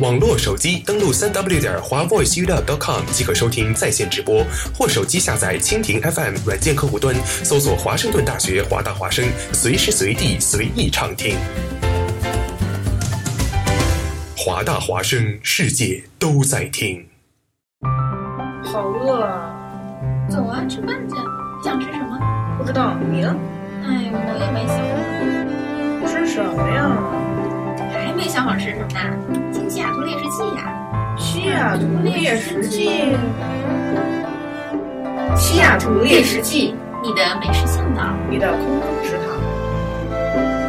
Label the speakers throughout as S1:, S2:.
S1: 网络手机登录三 w 点华 voice u com 即可收听在线直播，或手机下载蜻蜓 FM 软件客户端，搜索华盛顿大学华大华声，随时随地随意畅听。华大华声，世界都在听。
S2: 好饿啊！
S3: 走啊，吃饭去。你想吃什么？
S2: 不知道你呢？
S3: 哎，我也没想
S2: 吃什么呀？
S3: 好，还没想好吃什么呢。啊新西雅图猎食记呀、
S2: 西雅图猎食记。西雅图猎食记，
S3: 记，你的美食向导。
S2: 你的空中食堂。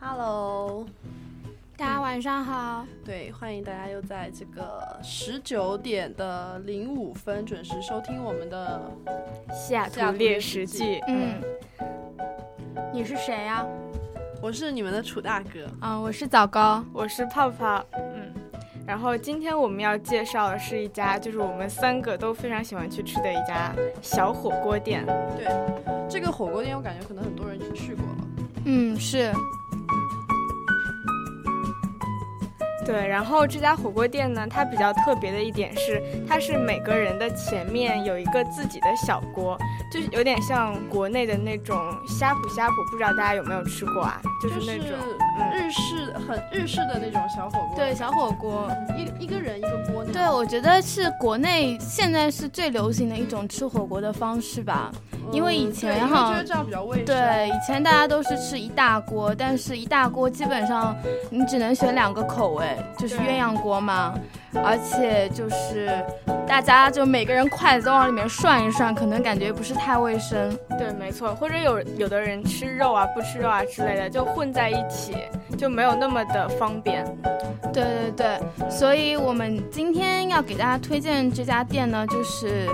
S4: Hello，
S5: 大家晚上好，
S4: 对，欢迎大家又在这个十九点的零五分准时收听我们的。
S5: 西雅
S4: 西雅
S5: 图
S4: 图
S5: 猎
S4: 猎
S5: 食
S4: 食
S5: 记
S4: 记。
S5: 嗯，你是谁呀、
S4: 我是你们的楚大哥，
S5: 啊？我是枣糕。
S6: 我是泡泡，嗯，然后今天我们要介绍的是一家，就是我们三个都非常喜欢去吃的一家小火锅店。
S4: 对，这个火锅店我感觉可能很多人已经去过了。
S5: 嗯，是
S6: 对，然后这家火锅店呢，它比较特别的一点是，它是每个人的前面有一个自己的小锅，就是有点像国内的那种呷哺呷哺，不知道大家有没有吃过啊？就是那种，嗯
S4: 日式很日式的那种小火锅，
S5: 对，小火锅。
S4: 一一个人一个锅那种。
S5: 对，我觉得是国内现在是最流行的一种吃火锅的方式吧。
S4: 嗯，
S5: 因为以前
S4: 对因为
S5: 哈
S4: 觉得这样比较卫生。
S5: 对，以前大家都是吃一大锅，但是一大锅基本上你只能选两个口味，就是
S6: 对
S5: 鸳鸯锅嘛。而且就是大家就每个人筷子都往里面涮一涮，可能感觉不是太卫生。
S6: 对，没错。或者有有的人吃肉啊，不吃肉啊之类的，就混在一起，就没有那么的方便。
S5: 对对对，所以我们今天要给大家推荐这家店呢，就是，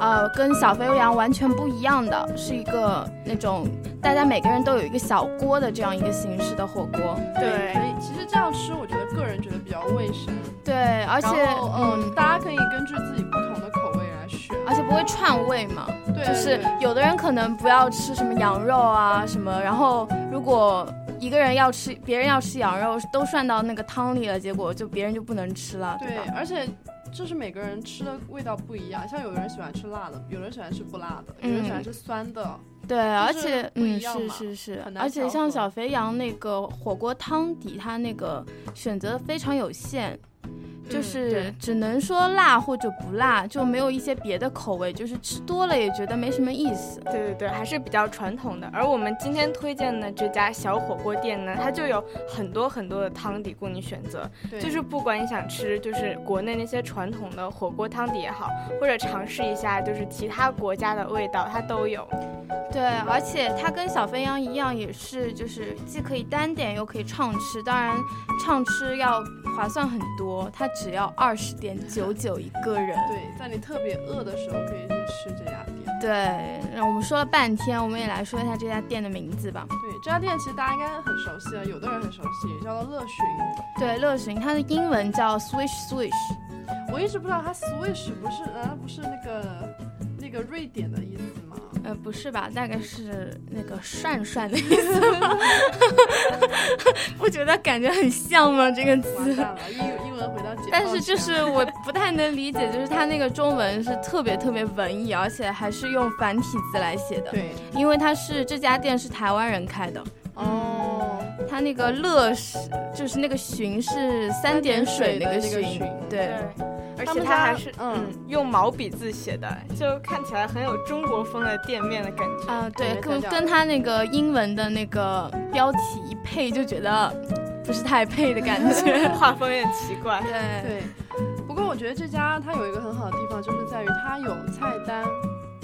S5: 呃，跟小肥羊完全不一样的，是一个那种大家每个人都有一个小锅的这样一个形式的火锅。
S6: 对
S4: 可以。其实这样吃，我觉得个人觉得比较卫生，
S5: 对，而
S4: 而
S5: 且
S4: 嗯，
S5: 嗯，
S4: 大家可以根据自己不同的口味来选。
S5: 而且不会串味嘛，
S4: 对，
S5: 就是
S4: 对
S5: 有的人可能不要吃什么羊肉啊什么，然后如果一个人要吃，别人要吃羊肉都涮到那个汤里了，结果就别人就不能吃了，
S4: 对
S5: 吧？，
S4: 而且就是每个人吃的味道不一样，像有人喜欢吃辣的，有人喜欢吃不辣的，有人喜欢
S5: 嗯
S4: 吃酸的。
S5: 对，而
S4: 就是
S5: 且
S4: 不一
S5: 嗯，
S4: 样
S5: 是
S4: 嘛
S5: 是是
S4: 很，难
S5: 而且
S4: 调
S5: 像
S4: 和嗯
S5: 小肥羊那个火锅汤底，它那个选择非常有限，就
S6: 嗯
S5: 是
S6: 对
S5: 只能说辣或者不辣，就没有一些别的口味，就是吃多了也觉得没什么意思。
S6: 对对对，还是比较传统的。而我们今天推荐的这家小火锅店呢，它就有很多很多的汤底供你选择，
S4: 对，
S6: 就是不管你想吃，就是国内那些传统的火锅汤底也好，或者尝试一下就是其他国家的味道，它都有。
S5: 对，而且它跟小肥羊一样，也是就是既可以单点又可以畅吃，当然畅吃要划算很多，它只要二十点九九一个人。
S4: 对，在你特别饿的时候可以去吃这家店。
S5: 对，那我们说了半天，我们也来说一下这家店的名字吧。
S4: 对，这家店其实大家应该很熟悉了，有的人很熟悉，叫做乐寻。
S5: 对，乐寻它的英文叫 Swish Swish。
S4: 我一直不知道它 Swish 不是，难道不是那个那个瑞典的意思吗？
S5: 呃，不是吧？大概是那个涮涮的意思 吧不觉得感觉很像吗？这个
S4: 完
S5: 词。
S4: 蛋了，英英文回到解放前。
S5: 但是就是我不太能理解，就是它那个中文是特别特别文艺，而且还是用繁体字来写的。，
S4: 对
S5: 因为它是这家店是台湾人开的，
S4: 哦，
S5: 它那个乐是就是那个寻是三点水那个寻，对。
S6: 而
S4: 他
S6: 且
S4: 们
S6: 它
S4: 家
S6: 还是
S4: 嗯
S6: 嗯用毛笔字写的，就看起来很有中国风的店面的感觉。
S5: 啊、对，
S4: 没
S5: 跟
S4: 看到
S5: 跟他那个英文的那个标题一配，就觉得不是太配的感 觉。
S6: 画风有点奇怪，
S5: 对，
S4: 对。不过我觉得这家它有一个很好的地方，就是在于它有菜单，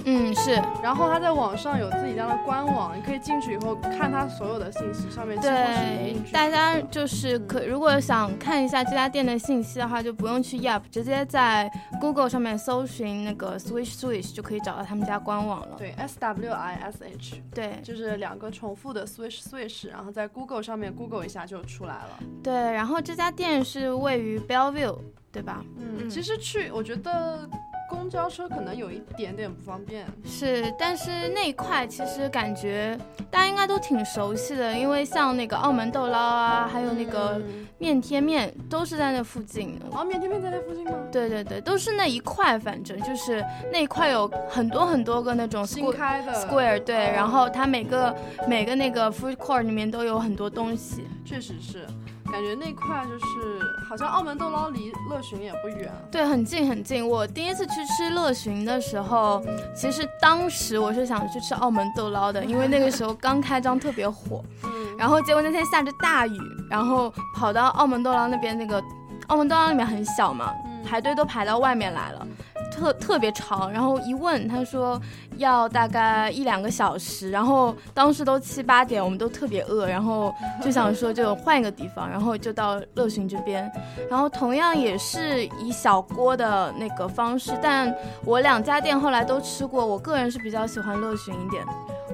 S5: 嗯，是
S4: 然后它在网上有自己家的官网，你可以进去以后看它所有的信息，上面几乎是一
S5: 对
S4: 应俱，
S5: 大家
S4: 全的
S5: 就是可如果想看一下这家店的信息的话，就不用去 Yelp，直接在 Google 上面搜寻那个 Swish Swish 就可以找到他们家官网了。
S4: 对 S W I S H
S5: 对
S4: 就是两个重复的 swish swish，然后在 Google 上面 Google 一下就出来了。
S5: 对，然后这家店是位于 Bellevue，对吧？
S4: 嗯，
S6: 嗯
S4: 其实去我觉得公交车可能有一点点不方便。
S5: 是，但是那一块其实感觉大家应该都挺熟悉的，因为像那个澳门豆捞啊，还有那
S4: 嗯
S5: 个面贴面都是在那附近。
S4: 哦，缅甸面在那附近吗？
S5: 对对对，都是那一块，反正就是那一块有很多很多个那种
S4: 新
S5: 哦 square
S4: 开的
S5: square，对，
S4: 哦
S5: 然后它每个每个那个 food court 里面都有很多东西。
S4: 确实是，感觉那块就是好像澳门豆捞离乐寻也不远。
S5: 对，很近很近。我第一次去吃乐寻的时候，其实当时我是想去吃澳门豆捞的，因为那个时候刚开张特别火。
S4: 嗯，
S5: 然后结果那天下着大雨，然后跑到澳门豆捞那边那个，澳门豆捞里面很小嘛，
S4: 嗯
S5: 排队都排到外面来了，特特别长。然后一问，他说要大概一两个小时。然后当时都七八点，我们都特别饿，然后就想说就换一个地方，然后就到乐寻这边。然后同样也是以小锅的那个方式，但我两家店后来都吃过，我个人是比较喜欢乐寻一点。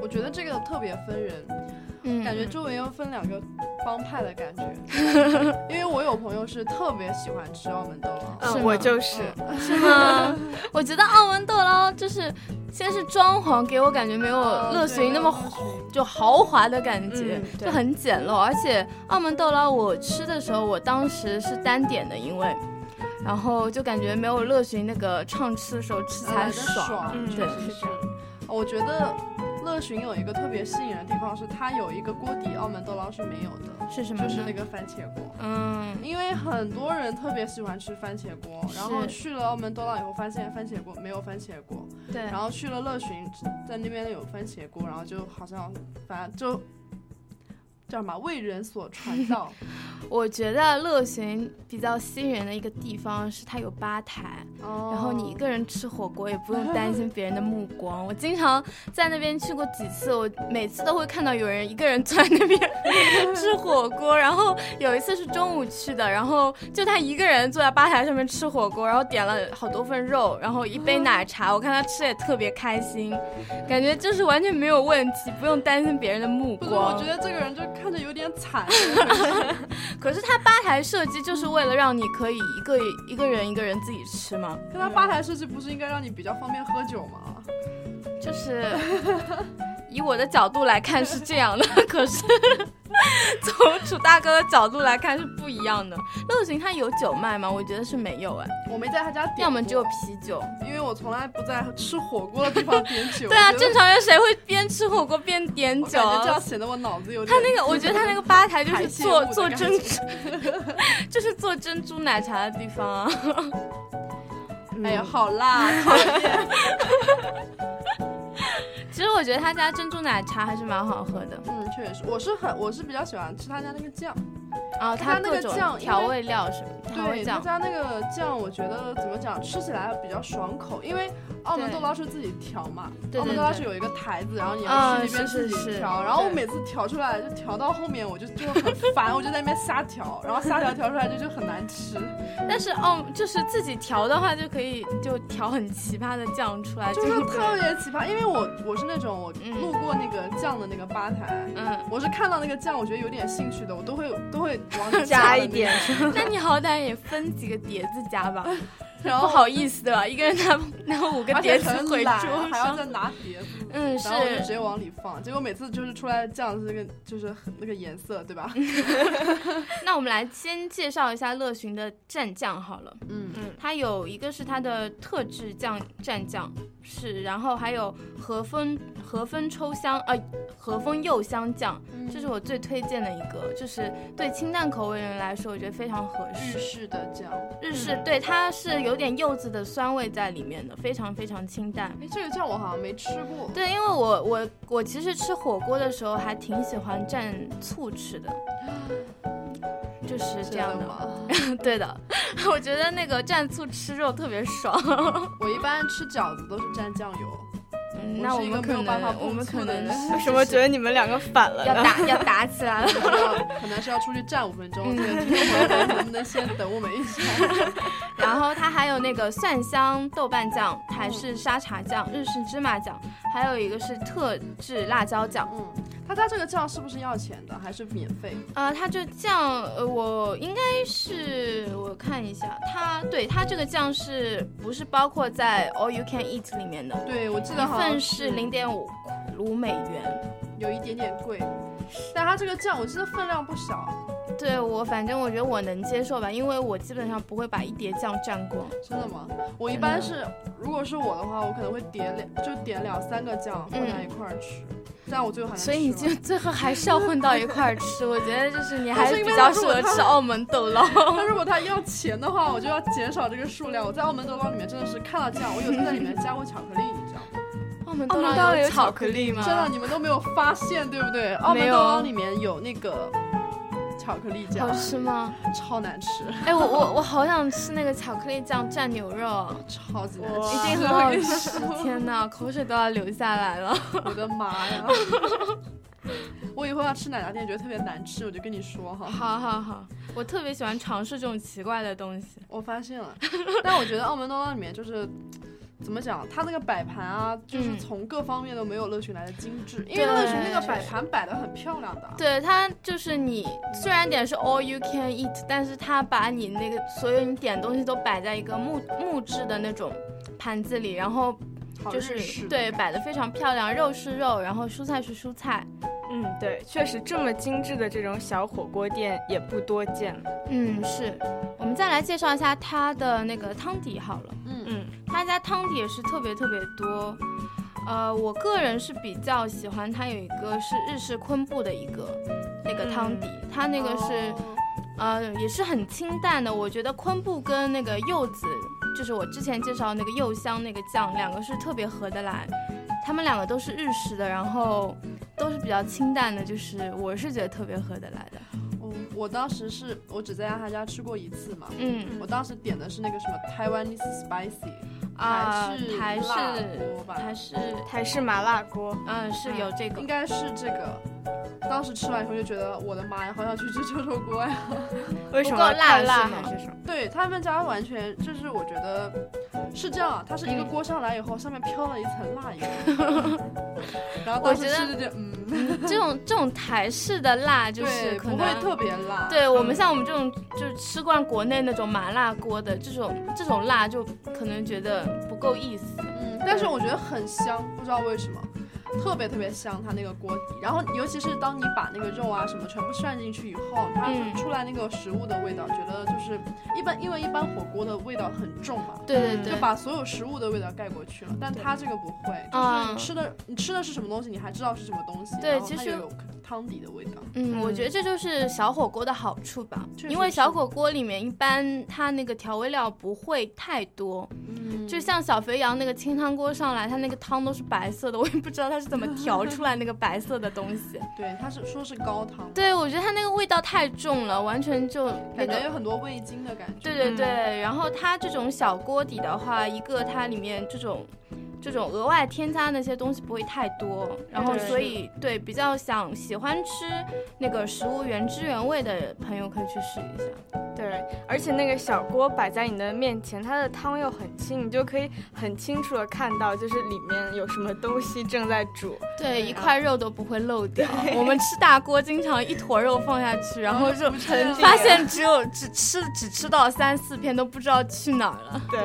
S4: 我觉得这个特别分人，
S5: 嗯，
S4: 感觉周围要分两个帮派的感觉。 因为我有朋友是特别喜欢吃澳门豆捞，
S5: 是吗
S6: 嗯，我就是。
S5: 是吗？我觉得澳门豆捞就是，先是装潢给我感觉没有
S4: 哦
S5: 乐
S4: 对
S5: 随那么
S4: 没有乐
S5: 豪就豪华的感觉，
S6: 嗯对
S5: 就很简陋。而且澳门豆捞我吃的时候，我当时是单点的，因为。然后就感觉没有乐寻那个畅吃的时候吃起来
S4: 哦来的
S5: 爽，
S4: 爽
S6: 嗯
S5: 对，
S4: 是是。我觉得乐寻有一个特别吸引人的地方是，它有一个锅底，澳门豆捞是没有的，
S5: 是什么
S4: 就
S5: 呢？
S4: 是那个番茄锅。
S5: 嗯，
S4: 因为很多人特别喜欢吃番茄锅，然后
S5: 是
S4: 去了澳门多浪以后，发现番茄锅没有番茄锅，
S5: 对，
S4: 然后去了乐寻，在那边有番茄锅，然后就好像反正就叫什么啊为人所传 道，
S5: 我觉得乐寻比较吸引人的一个地方是它有吧台，然
S4: 然
S5: 后你一个人吃火锅也不用担心别人的目光。我经常在那边去过几次，我每次都会看到有人一个人坐在那边吃火锅。然后有一次是中午去的，然后就他一个人坐在吧台上面吃火锅，然后点了好多份肉，然后一杯奶茶。我看他吃也特别开心，感觉就是完全没有问题，不用担心别人的目
S4: 不是，我
S5: 光
S4: 觉。得这个人就看着有点惨，
S5: 可是他吧台设计就是为了让你可以一个一个人一个人自己吃嘛。
S4: 跟他吧台设计不是应该让你比较方便喝酒吗？
S5: 就是以我的角度来看是这 样的，可是从楚大哥的角度来看是不一样的。乐友行他有酒卖吗？我觉得是没有哎，
S4: 我没在他家点，
S5: 要么只有，啤酒。
S4: 因为我从来不在吃火锅的地方点酒。
S5: 对啊，
S4: 我觉得
S5: 正常人谁会边吃火锅边点
S4: 我
S5: 酒
S4: 感觉这
S5: 啊
S4: 样？显得我脑子有点。
S5: 他那个，我觉得他那个吧台就是
S4: 排泄
S5: 做
S4: 物的
S5: 做
S4: 感
S5: 珍
S4: 觉
S5: 珠， 就是做珍珠奶茶的地 方啊。
S4: 哎呀，好辣！讨厌
S5: 其实我觉得他家珍珠奶茶还是蛮好喝的
S4: 嗯，确实，我是很，我是比较喜欢吃他家那个酱。
S5: 啊，
S4: 哦他
S5: 它
S4: 那
S5: 各
S4: 个
S5: 种
S4: 酱因
S5: 调
S4: 为
S5: 味料什么调味
S4: 对，他
S5: 酱，
S4: 家那个酱，我觉得怎么讲，吃起来比较爽口，因为澳门
S5: 对
S4: 豆包是自己调嘛，
S5: 对
S4: 澳门
S5: 对
S4: 豆包
S5: 对
S4: 是有一个台子，然后你要
S5: 啊
S4: 去那边自
S5: 是是
S4: 己
S5: 是
S4: 调，然后我
S5: 对
S4: 每次调出来就调到后面，我就就很烦，我就在那边瞎调，然后瞎调调出来就就很难 吃，
S5: 但是哦，就是自己调的话就可以就调很奇葩的酱出来，
S4: 就是
S5: 对
S4: 特别奇葩。因为我我是那种我
S5: 嗯
S4: 路过那个酱的那个吧台。
S5: 嗯。
S4: 我是看到那个酱，我觉得有点兴趣的，我都会都会往里
S6: 加
S4: 的
S6: 一
S4: 那
S6: 点
S4: 种，
S5: 那你好歹也分几个碟子夹吧，
S4: 然
S5: 不
S4: 后
S5: 好意思对吧？一个人拿拿五个
S4: 而
S5: 碟
S4: 且
S5: 子
S4: 很
S5: 回
S4: 懒
S5: 桌
S4: 还要
S5: 上
S4: 再，拿碟子。
S5: 嗯
S4: 然后我就直
S5: 是，
S4: 接往里放，结果每次就是出来酱是那个就是很那个颜色，对吧？
S5: 那我们来先介绍一下乐寻的蘸酱好了。
S4: 嗯
S5: 它有一个是它的特制酱蘸酱是，然后还有和风和风抽香呃和风柚香酱，
S4: 嗯
S5: 这是我最推荐的一个，就是对清淡口味人来说，我觉得非常合
S4: 日
S5: 适。
S4: 式的酱，
S5: 日式对它是有点柚子的酸味在里面的，非常非常清淡。
S4: 哎，这个酱我好像没吃过。
S5: 对，因为我我我其实吃火锅的时候还挺喜欢蘸醋吃的，就是这
S4: 真
S5: 样
S4: 的
S5: 的。
S4: 啊 吗？
S5: 对的，我觉得那个蘸醋吃肉特别爽。
S4: 我一般吃饺子都是蘸酱油，
S5: 嗯
S4: 我
S5: 那
S4: 是
S5: 我
S4: 一
S5: 们
S4: 个
S5: 可
S4: 没有办法
S5: 能我
S4: 碰
S5: 们
S4: 触
S5: 可
S4: 的
S5: 能
S4: 人
S5: 是
S6: 为什么觉得你们两个反 了
S5: 要
S6: 呢？
S5: 打要打起来了？
S4: 可能可能是要出去站五分钟。
S5: 嗯
S4: 对，听众朋友们能不能先等我们一下？
S5: 然后它还有那个蒜香豆瓣酱、台式沙茶酱、日式芝麻酱，还有一个是特制辣椒酱。
S4: 嗯，他家这个酱是不是要钱的，还是免费？
S5: 呃，它这酱，呃，我应该是我看一下，它对它这个酱是不是包括在 All You Can Eat 里面的？
S4: 对，我记得
S5: 一
S4: 好像
S5: 份是零点五卢美元。
S4: 有一点点贵，但他这个酱我记得分量不小，
S5: 对我，反正我觉得我能接受吧，因为我基本上不会把一碟酱蘸光。
S4: 真的吗？我一
S5: 真
S4: 般
S5: 的
S4: 是，如果是我的话，我可能会点两，就点两三个酱混在一块儿吃，这样我最后还能吃
S5: 嗯所
S4: 完。
S5: 以 你就最后还是要哦混到一块儿吃，我觉得就是你还
S4: 但是
S5: 是
S4: 因
S5: 比
S4: 为
S5: 较
S4: 如
S5: 适
S4: 果
S5: 合
S4: 它
S5: 吃 澳门豆捞。
S4: 但如果他要钱的话，我就要减少这个数量。我在澳门豆包里面真的是看到酱，我有次在里面加过巧克力，你知道 吗？
S5: 澳门
S6: 豆
S5: 豆
S6: 捞
S5: 捞
S6: 有
S5: 有
S6: 巧
S5: 巧
S6: 克
S5: 克
S6: 力
S5: 力
S4: 真的
S5: 吗？
S4: 你们都没有发现，对不对？澳门
S5: 啊没
S4: 豆
S5: 有
S4: 包里面有那个巧克力酱
S5: 好，吃吗？
S4: 超难吃，
S5: 哎，我我我好想吃那个巧克力酱蘸牛肉，
S4: 超级难
S6: 哇
S4: 吃，
S5: 一定很 好吃。天哪，口水都要流下来了。
S4: 我的妈呀！ 我以后要吃奶茶店，觉得特别难吃，我就跟你说哈。
S5: 好好好，我特别喜欢尝试这种奇怪的东西。
S4: 我发现了，但我觉得澳门豆包里面就是。怎么讲？它那个摆盘啊，就是
S5: 嗯
S4: 从各方面都没有乐群来的精致，因为乐群那个
S5: 对
S4: 摆盘摆的很漂亮的。
S5: 对，它就是你虽然点是 all you can eat，但是它把你那个所有你点的东西都摆在一个木木质的那种盘子里，然后
S4: 好
S5: 就
S4: 日式
S5: 是
S4: 的
S5: 对摆的非常漂亮，肉是肉，然后蔬菜是蔬菜，
S6: 嗯，对，确实这么精致的这种小火锅店也不多见了。
S5: 嗯是。我们再来介绍一下它的那个汤底好了，
S6: 嗯，
S5: 他家汤底也是特别特别多，呃，我个人是比较喜欢它有一个是日式昆布的一个那个汤底，它那个是、呃也是很清淡的，我觉得昆布跟那个柚子，就是我之前介绍那个柚香那个酱，两个是特别合得来，它们两个都是日式的，然后都是比较清淡的，就是我是觉得特别合得来的，
S4: 哦，我当时是我只在他家吃过一次嘛，
S5: 嗯
S4: 我当时点的是那个什么 Taiwanese spicy
S5: 啊
S4: 式
S5: 台式
S4: 辣锅吧，
S5: 还是
S6: 台式麻辣锅，
S5: 嗯是有这个
S4: 应。该是这个。当时吃完以后就觉得我的妈呀，好想去吃臭臭锅呀！
S6: 为什
S5: 不
S6: 么
S5: 够辣
S6: 太
S5: 是
S6: 辣
S5: 吗
S6: 还是什么？
S4: 对他们家完全就是我觉得是这样啊，它是
S5: 嗯
S4: 一个锅上来以后，上面飘了一层辣 油，然后当时
S5: 我觉得
S4: 吃就觉得嗯，
S5: 这种这种台式的辣就是
S4: 对，
S5: 可
S4: 不
S5: 能
S4: 会特别辣。
S5: 对我们像我们这种就是吃惯国内那种麻辣锅的这种这种辣就可能觉得不够意思。嗯
S4: 嗯，但是我觉得很香，不知道为什么。特别特别香，它那个锅底。然后尤其是当你把那个肉啊什么全部涮进去以后，它
S5: 嗯
S4: 出来那个食物的味道，觉得就是一般，因为一般火锅的味道很重嘛，
S5: 对对
S4: 就
S5: 对，
S4: 把所有食物的味道盖过去了。但它这个不会，就是
S5: 嗯
S4: 你吃的你吃的是什么东西，你还知道是什么东西，
S5: 对
S4: 然后
S5: 其
S4: 它
S5: 实
S4: 又有汤底的味道。
S5: 嗯，我觉得这就是小火锅的好处吧，
S4: 确实
S5: 因为
S4: 是
S5: 小火锅里面一般它那个调味料不会太多，
S4: 嗯
S5: 就像小肥羊那个清汤锅上来，它那个汤都是白色的，我也不知道它是怎么调出来那个白色的东西。
S4: 对，它是说是高汤，
S5: 对，我觉得它那个味道太重了，完全就那
S4: 感
S5: 个
S4: 觉有很多味精的感觉。
S5: 对对对，然后它这种小锅底的话，一个它里面这种这种额外添加那些东西不会太多，然后
S6: 对
S5: 所以对比较想喜欢吃那个食物原汁原味的朋友可以去试一下。
S6: 嗯对，而且那个小锅摆在你的面前，它的汤又很清，你就可以很清楚的看到，就是里面有什么东西正在煮。
S5: 对，啊一块肉都不会 漏掉。我们吃大锅经常一坨肉放下去，然后就
S6: 沉
S5: 发现只有只吃只吃到三四片都不知道去哪儿了。
S6: 对，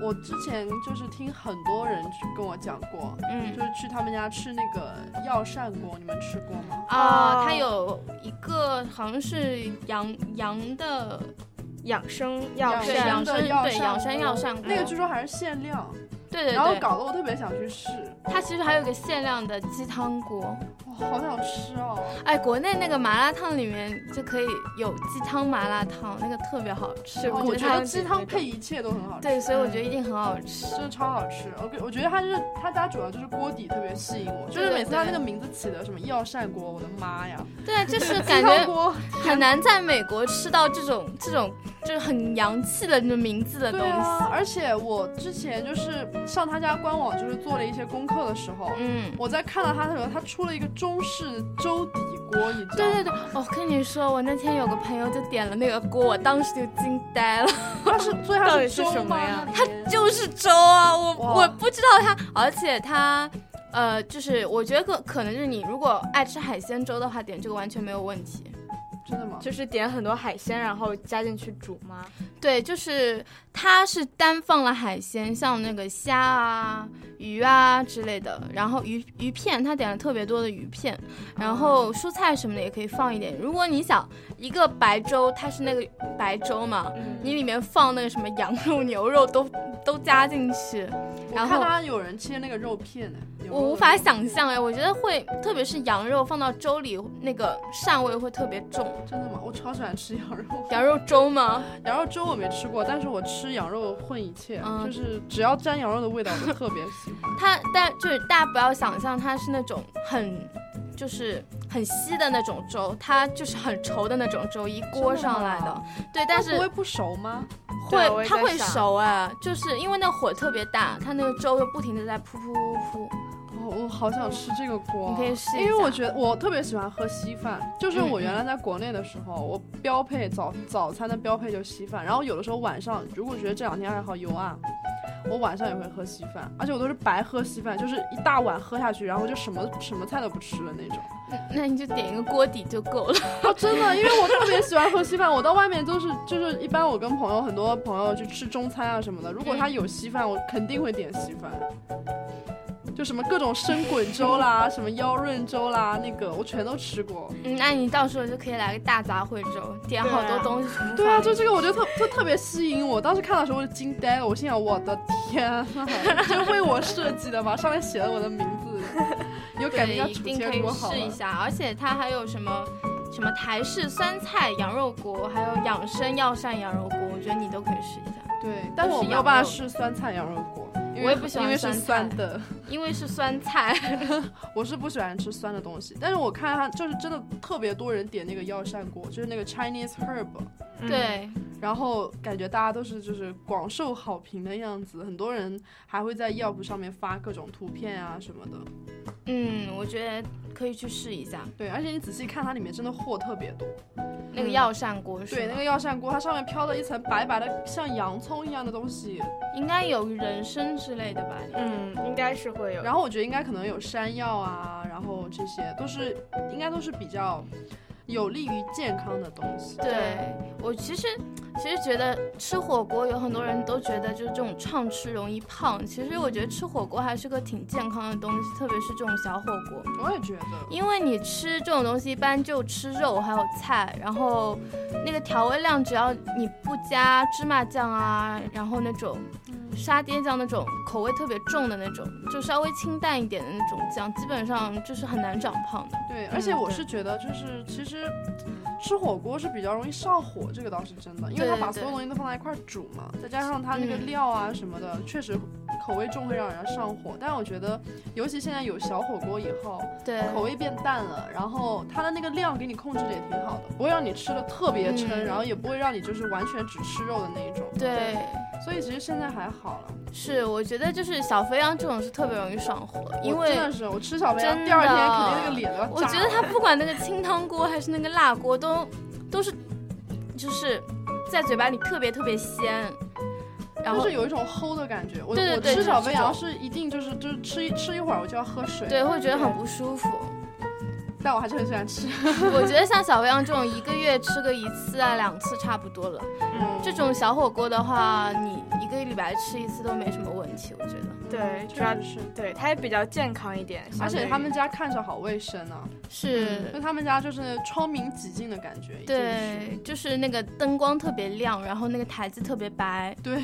S4: 我之前就是听很多人去跟我讲过，
S5: 嗯
S4: 就是去他们家吃那个药膳锅，你们吃过吗？
S5: 啊，
S4: 哦
S5: 它有一个好像是羊羊的
S6: 养生药
S4: 膳
S5: 对
S6: 膳
S5: 养
S4: 的
S5: 生
S4: 药
S5: 对
S4: 膳
S5: 养生药膳锅，
S4: 那个据说还是限量，
S5: 对对
S4: 然后
S5: 对，
S4: 搞得我特别想去试，
S5: 它其实还有个限量的鸡汤锅，
S4: 哇，好想吃哦！
S5: 哎，国内那个麻辣烫里面就可以有鸡汤麻辣烫，那个特别好吃，
S6: 是
S4: 哦
S5: 我
S4: 我
S5: 觉
S4: 觉得
S5: 得它
S4: 鸡汤配一切都很好吃，
S5: 对，所以我觉得一定很好吃。
S4: 真的超好吃。我我觉得他就是他家主要就是锅底特别吸引我，就
S5: 对
S4: 是
S5: 对
S4: 每次他
S5: 对
S4: 那个名字起的什么药膳锅，我的妈呀！
S5: 对，啊就是
S4: 鸡
S5: 感
S4: 汤
S5: 觉
S4: 锅，
S5: 很难在美国吃到这种这种就是很洋气的那名字的东
S4: 对
S5: 西。
S4: 啊，而且我之前就是上他家官网就是做了一些功课的时候，
S5: 嗯，
S4: 我在看到他的时候，他出了一个中式粥底锅，你知道吗？
S5: 对对对，哦我、跟你说，我那天有个朋友就点了那个锅，我当时就惊呆了，
S4: 它是所以它
S6: 到底
S4: 是
S6: 是
S4: 粥
S6: 什么
S4: 吗
S6: 呀？
S4: 它
S5: 就是粥啊，我
S4: 哇
S5: 我不知道它，而且它。呃，就是我觉得可可能是你如果爱吃海鲜粥的话，点这个完全没有问题。
S4: 真的吗？
S6: 就是点很多海鲜，然后加进去煮吗？
S5: 对，就是它是单放了海鲜，像那个虾啊、鱼啊之类的，然后鱼鱼片，它点了特别多的鱼片，然
S4: 啊
S5: 后蔬菜什么的也可以放一点。如果你想一个白粥，它是那个白粥嘛，
S4: 嗯
S5: 你里面放那个什么羊肉、牛肉都都加进去，
S4: 我
S5: 然
S4: 看
S5: 后
S4: 他有人切那个肉片呢，有
S5: 我
S4: 肉
S5: 无
S4: 的
S5: 法想象哎，我觉得会，特别是羊肉放到粥里，那个膻味会特别重。
S4: 真的吗？我超喜欢吃 羊肉，
S5: 羊肉粥吗？
S4: 羊肉粥我没吃过，但是我吃羊肉混一切，
S5: 嗯
S4: 就是只要沾羊肉的味道，我就特别喜 欢。
S5: 它但就是大家不要想象它是那种很就是很稀的那种粥，它就是很稠的那种粥，一锅上来
S4: 真
S5: 的。
S4: 的吗
S5: 对，但是
S4: 它不会不熟吗？
S6: 对我
S5: 会
S6: 也
S5: 它
S6: 在
S5: 会
S6: 想
S5: 熟哎，就是因为那火特别大，它那个粥又不停的在扑扑扑扑。
S4: 我我好想吃这个锅，啊
S5: 你可以试一
S4: 因为我
S5: 下
S4: 觉得我特别喜欢喝稀饭，就是
S5: 嗯
S4: 我
S5: 嗯
S4: 原来在国内的时候，我标配早早餐的标配就是稀饭，然后有的时候晚上如果觉得这两天还好油啊，我晚上也会喝稀饭，而且我都是白喝稀饭，就是一大碗喝下去，然后就什么什么菜都不吃了那种。
S5: 嗯那你就点一个锅底就够了。
S4: 哦，真的，因为我特别喜欢喝稀饭，我到外面都是就是一般我跟朋友很多朋友去吃中餐啊什么的，如果他有稀饭，我肯定会点稀饭。就什么各种生滚粥啦，什么腰润粥啦，那个我全都吃过。
S5: 嗯，那你到时候就可以来个大杂烩粥，点好多东西。
S4: 对啊，就这个我觉得特特特别吸引我，当时看到的时候我就惊呆了，我心想我的天啊， 这为我设计的吧？上面写了我的名字，有
S5: 对
S4: 感觉要
S5: 一
S4: 出
S5: 定可
S4: 钱
S5: 以
S4: 多好
S5: 试一
S4: 了。
S5: 下，而且它还有什么什么台式酸菜羊肉锅，还有养生药膳羊肉锅，我觉得你都可以试一下，
S4: 对，但
S5: 都
S4: 我
S5: 是
S4: 没有
S5: 羊
S4: 办法
S5: 肉
S4: 试酸菜羊肉锅，因为
S5: 我也不喜欢
S4: 因为是
S5: 酸
S4: 酸
S5: 菜
S4: 的。
S5: 因为是 酸菜。
S4: 我是不喜欢吃酸的东西，但是我看他就是真的特别多人点那个药膳锅，就是那个 Chinese herb，嗯
S5: 对，
S4: 然后感觉大家都是就是广受好评的样子，很多人还会在药谱上面发各种图片啊什么的。
S5: 嗯，我觉得可以去试一下
S4: 对，而且你仔细看它里面真的货特别多。
S5: 那个药膳锅
S4: 嗯
S5: 是吗，
S4: 对，那个药膳锅它上面飘了一层白白的像洋葱一样的东西，
S5: 应该有人参之类的 吧？
S6: 嗯，应该是会有。
S4: 然后我觉得应该可能有山药啊，然后这些都是应该都是比较有利于健康的东西。
S5: 对我其实其实觉得吃火锅有很多人都觉得就是这种畅吃容易胖，其实我觉得吃火锅还是个挺健康的东西，特别是这种小火锅。
S4: 我也觉得，
S5: 因为你吃这种东西，一般就吃肉还有菜，然后那个调味料只要你不加芝麻酱啊，然后那种沙爹酱那种口味特别重的那种，就稍微清淡一点的那种酱，基本上就是很难长胖的。
S4: 对，而且
S5: 嗯
S4: 我
S5: 对
S4: 是觉得就是其实。吃火锅是比较容易上火，这个倒是真的，因为
S5: 对
S4: 它把
S5: 对
S4: 所有东西都放在一块儿煮嘛，再加上它那个
S5: 嗯
S4: 料啊什么的，确实口味重会让人家上火。但我觉得，尤其现在有小火锅以后，
S5: 对，
S4: 口味变淡了，然后它的那个量给你控制的也挺好的，不会让你吃的特别撑，
S5: 嗯
S4: 然后也不会让你就是完全只吃肉的那一种。
S5: 对，
S4: 所以其实现在还好了，
S5: 是，我觉得就是小肥羊这种是特别容易上火，因
S4: 我
S5: 为
S4: 真的是我吃小肥羊，
S5: 真的
S4: 第二天肯定那个脸都要炸了。
S5: 我觉得它不管那个清汤锅还是那个辣锅，都都是就是在嘴巴里特别特别鲜，然后
S4: 就是有一种齁的感觉。我
S5: 对对对
S4: 我
S5: 就
S4: 吃
S5: 是
S4: 小肥
S5: 这
S4: 羊
S5: 种
S4: 是一定就是就是吃一吃一会儿我就要喝水，
S5: 对会觉得很不舒服。
S4: 但我还是很喜欢吃。
S5: 我觉得像小肥羊这种一个月吃个一次啊两次差不多了。
S4: 嗯
S5: 这种小火锅的话，你一个礼拜吃一次都没什么问题，我觉得
S6: 对，主要
S4: 确实是，
S6: 对它也比较健康一点，
S4: 而且他们
S6: 相
S4: 家看着好卫生啊，
S5: 是
S4: 就。他们家就是窗明几净的感觉。一进去
S5: 对，就是那个灯光特别亮，然后那个台子特别白，
S4: 对，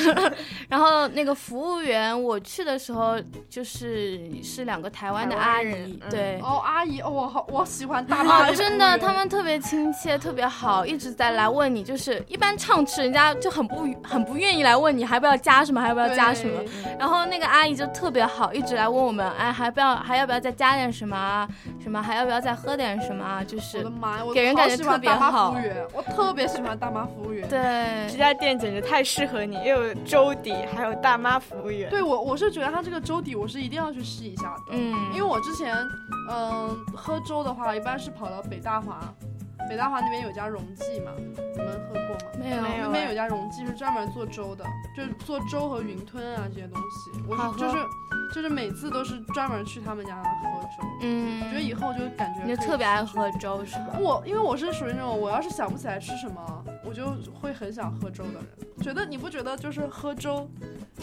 S5: 然后那个服务员，我去的时候就是是两个台湾的阿
S6: 台湾
S5: 姨
S6: 人，嗯
S5: 对，
S4: 哦，阿姨，哦，我好，我喜欢大妈
S5: 哦，
S4: 的
S5: 真
S4: 服务
S5: 的，
S4: 员
S5: 他们特别亲切，特别好，
S4: 嗯
S5: 一直在来问你，就是一般畅吃人家就很不很不愿意来问你还不要加什么，还不要加什么，
S4: 对
S5: 然后那个阿姨就特别好，一直来问我们，哎，还不要还要不要再加点什么啊，什么还要不要再喝点什么啊，就
S4: 我
S5: 是
S4: 的妈呀，我
S5: 给人
S4: 好
S5: 感觉
S4: 喜欢
S5: 特别
S4: 大妈
S5: 好
S4: 服务员，我特别喜欢大妈服务员。
S5: 对，
S6: 对 这家店简直太适合你，又有粥底，还有大妈服务员。
S4: 对我我是觉得他这个粥底我是一定要去试一下的，
S5: 嗯，
S4: 因为我之前嗯、喝粥的话，一般是跑到北大华，北大华那边有家荣记嘛，你们喝过吗？
S5: 没有
S6: 没有哎
S4: 那边有家荣记是专门做粥的，就是做粥和云吞啊这些东西。我
S5: 好
S4: 是
S5: 喝
S4: 就是就是每次都是专门去他们家喝粥，
S5: 嗯
S4: 我觉得以后就感觉
S5: 你就
S4: 可以
S5: 特别爱
S4: 试试
S5: 喝粥是吧？
S4: 我因为我是属于那种，我要是想不起来吃什么，我就会很想喝粥的人。觉得你不觉得就是喝粥，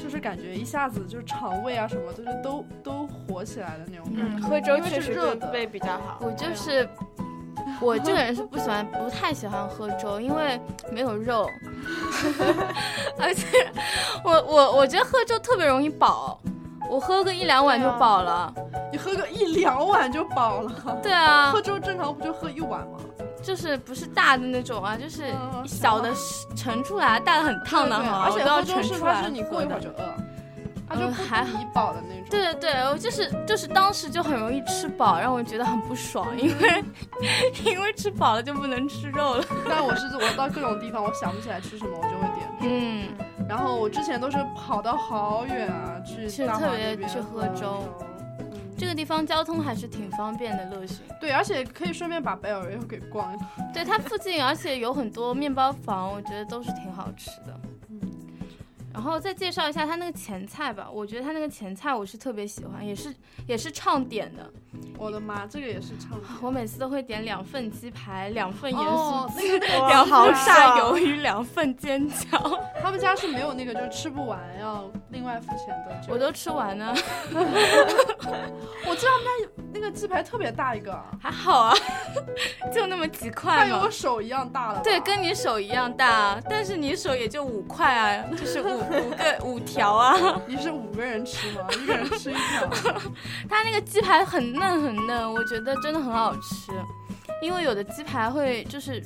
S4: 就是感觉一下子就是肠胃啊什么，就是都都活起来的那种感觉。
S6: 嗯，喝粥
S4: 因为
S6: 确
S4: 是
S6: 实
S4: 热
S6: 对
S4: 的
S6: 胃比较好。
S5: 我就是，我这个人是不喜欢，不太喜欢喝粥，因为没有肉， 而且我我我觉得喝粥特别容易饱，我喝个一两碗就饱了。
S4: 你喝个一两碗就饱了。
S5: 对啊
S4: 喝，粥正常不就喝一碗吗？
S5: 就是不是大的那种啊，就是
S4: 嗯
S5: 小的盛出来，大的很烫的
S4: 对对
S5: 哈，
S4: 而
S5: 我
S4: 且
S5: 都要
S4: 喝粥
S5: 盛
S4: 是
S5: 出
S4: 它
S5: 来
S4: 是你过一会
S5: 喝
S4: 儿
S5: 的
S4: 就饿，它就
S5: 嗯
S4: 不
S5: 还
S4: 补你饱的那种。
S5: 对对对，我就是就是当时就很容易吃饱，让我觉得很不爽，因为 因为吃饱了就不能吃肉了。
S4: 但我是我到各种地方，我想不起来吃什么，我就会点。
S5: 嗯。
S4: 然后我之前都是跑到好远啊，去
S5: 是
S4: 大
S5: 特
S4: 华
S5: 别
S4: 那边
S5: 去喝粥
S4: 嗯
S5: 这个地方交通还是挺方便的，乐巡。
S4: 对，而且可以顺便把贝尔又给逛一下。
S5: 对它附近，而且有很多面包房，我觉得都是挺好吃的。
S4: 嗯
S5: 然后再介绍一下它那个前菜吧，我觉得它那个前菜我是特别喜欢，也是也是畅点的。
S4: 我的妈，这个也是唱
S5: 我每次都会点两份鸡排，两份盐酥
S4: 哦
S5: 鸡，，
S4: 那个那个
S5: 两
S4: 好
S5: 份炸
S4: 爽
S5: 鱿鱼，两份煎饺，
S4: 他们家是没有那个，就是吃不完要另外付钱的这个。
S5: 我都吃完了，
S4: 我知道他们家有那个鸡排特别大一个，
S5: 还好啊， 就那么几
S4: 大
S5: 块
S4: 有
S5: 嘛
S4: 我。手一样大了吧。
S5: 对，跟你手一样大，但是你手也就五块啊，就是五五个五条啊。
S4: 你是五个人吃吗？一个人吃一 条。
S5: 它那个鸡排很嫩很嫩，我觉得真的很好吃，因为有的鸡排会就是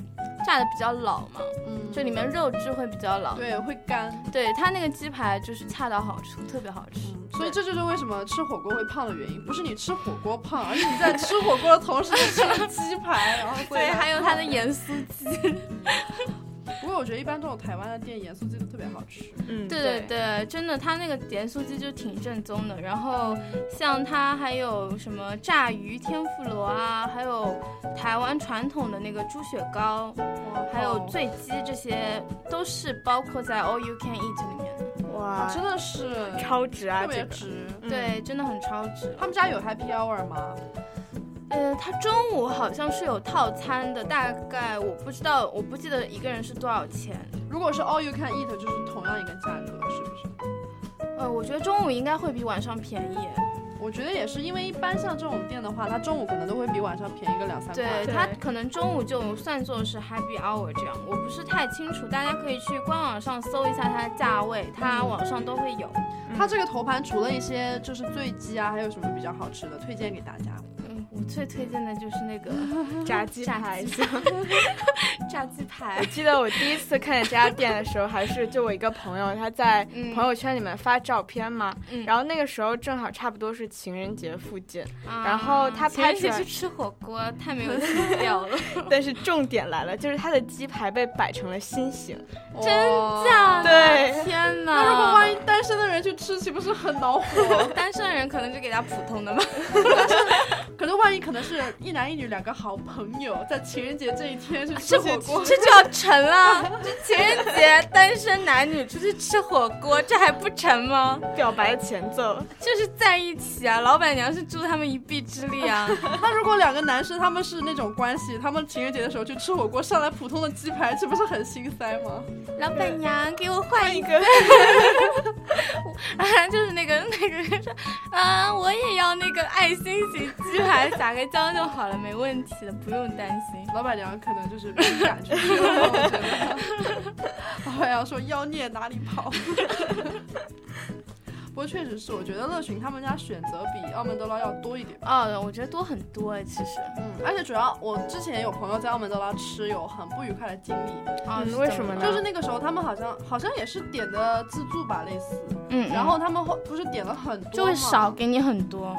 S5: 炸的比较老嘛，
S4: 嗯，
S5: 就里面肉质会比较老。
S4: 对会干。
S5: 对，它那个鸡排就是恰到好处，特别好吃。
S4: 嗯所以这就是为什么吃火锅会胖的原因，不是你吃火锅胖，而是你在吃火锅的同时吃 了鸡排，然后会
S5: 对， 还有它的盐酥鸡，
S4: 不过我觉得一般这种台湾的店盐酥鸡都特别好吃。
S6: 嗯，
S5: 对对对，真的，它那个盐酥鸡就挺正宗的。然后像它还有什么炸鱼天妇罗啊，还有台湾传统的那个猪血糕，
S4: 哇
S5: 还有
S4: 好
S5: 醉鸡，这些都是包括在 All You Can Eat 里面的。
S6: 哇，
S4: 真的是
S6: 超值啊，
S4: 特
S6: 这
S4: 别
S6: 个。
S4: 值。
S6: 嗯
S5: 对，真的很超值。
S4: 他们家有 Happy Hour 吗？
S5: 呃，它中午好像是有套餐的，大概我不知道，我不记得一个人是多少钱。
S4: 如果是 all you can eat，就是同样一个价格，是不是？
S5: 呃，我觉得中午应该会比晚上便宜。
S4: 我觉得也是，因为一般像这种店的话，它中午可能都会比晚上便宜个两三块。
S5: 对，它可能中午就算作是 Happy Hour 这样，我不是太清楚，大家可以去官网上搜一下它的价位，它网上都会有。
S4: 它这个头盘除了一些就是醉鸡啊，还有什么比较好吃的推荐给大家？
S5: 嗯，我最推荐的就是那 个
S6: 炸鸡
S5: 炸
S6: 排
S5: 鸡。炸鸡排
S6: 我。记得我第一次看见这家店的时候，还是就我一个朋友，他在
S5: 嗯
S6: 朋友圈里面发照片嘛，
S5: 嗯
S6: 然后那个时候正好差不多是情人节附近，
S5: 啊
S6: 然后它
S5: 前一
S6: 拍出
S5: 次
S6: 来
S5: 去吃火锅，太没有情调 了，
S6: 但是重点来了，就是它的鸡排被摆成了心形，
S4: 真假？
S5: 啊
S6: 对
S5: 天哪！
S4: 那如果万一单身的人去吃，岂不是很恼火？
S5: 单身的人可能就给他普通的吧。
S4: 可是万一可能是一男一女两个好朋友，在情人节这一天去吃
S5: 这
S4: 火锅，
S5: 这就要成了，这情人节单身男女出去吃火锅，这还不成吗？
S6: 表白前奏。
S5: 就是在一起啊，老板娘是助他们一臂之力 啊。
S4: 那如果两个男生他们是那种关系，他们情人节的时候去吃火锅，上来普通的鸡排，这不是很心塞吗？
S5: 老板娘，给我换一个。啊， 就是那个那个人说，啊，我也要那个爱心型鸡排，撒个娇就好了，没问题的，不用担心。
S4: 老板娘可能就是没感觉，我觉得。老板娘说妖孽哪里跑？ 不过确实是，我觉得乐群他们家选择比澳门德劳要多一点。
S5: 哦，我觉得多很多哎，其实。
S4: 嗯，而且主要我之前有朋友在澳门德劳吃，有很不愉快的经历，
S5: 啊
S6: 嗯为什么呢
S4: 就是那个时候他们好像好像也是点的自助吧，类似，
S5: 嗯，
S4: 然后他们后不是点了很多
S5: 就会
S4: 嘛
S5: 少给你很多。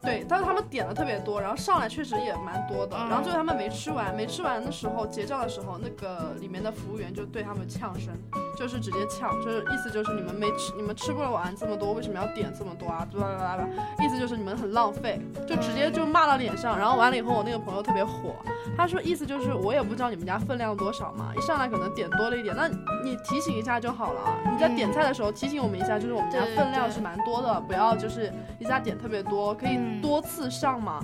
S4: 对，但是他们点的特别多，然后上来确实也蛮多的，
S5: 嗯
S4: 然后最后他们没吃完，没吃完的时候结账的时候，那个里面的服务员就对他们呛声，就是直接呛，就是意思就是你们没吃，你们吃不完这么多，为什么要点这么多啊？巴拉巴拉巴拉，意思就是你们很浪费，就直接就骂到脸上。然后完了以后，我那个朋友特别火，他说意思就是我也不知道你们家分量多少嘛，一上来可能点多了一点，那你提醒一下就好了啊。你在点菜的时候提醒我们一下，就是我们家
S5: 嗯对
S4: 分量
S5: 对
S4: 是蛮多的，不要就是一下点特别多，可以
S5: 嗯
S4: 多次上嘛。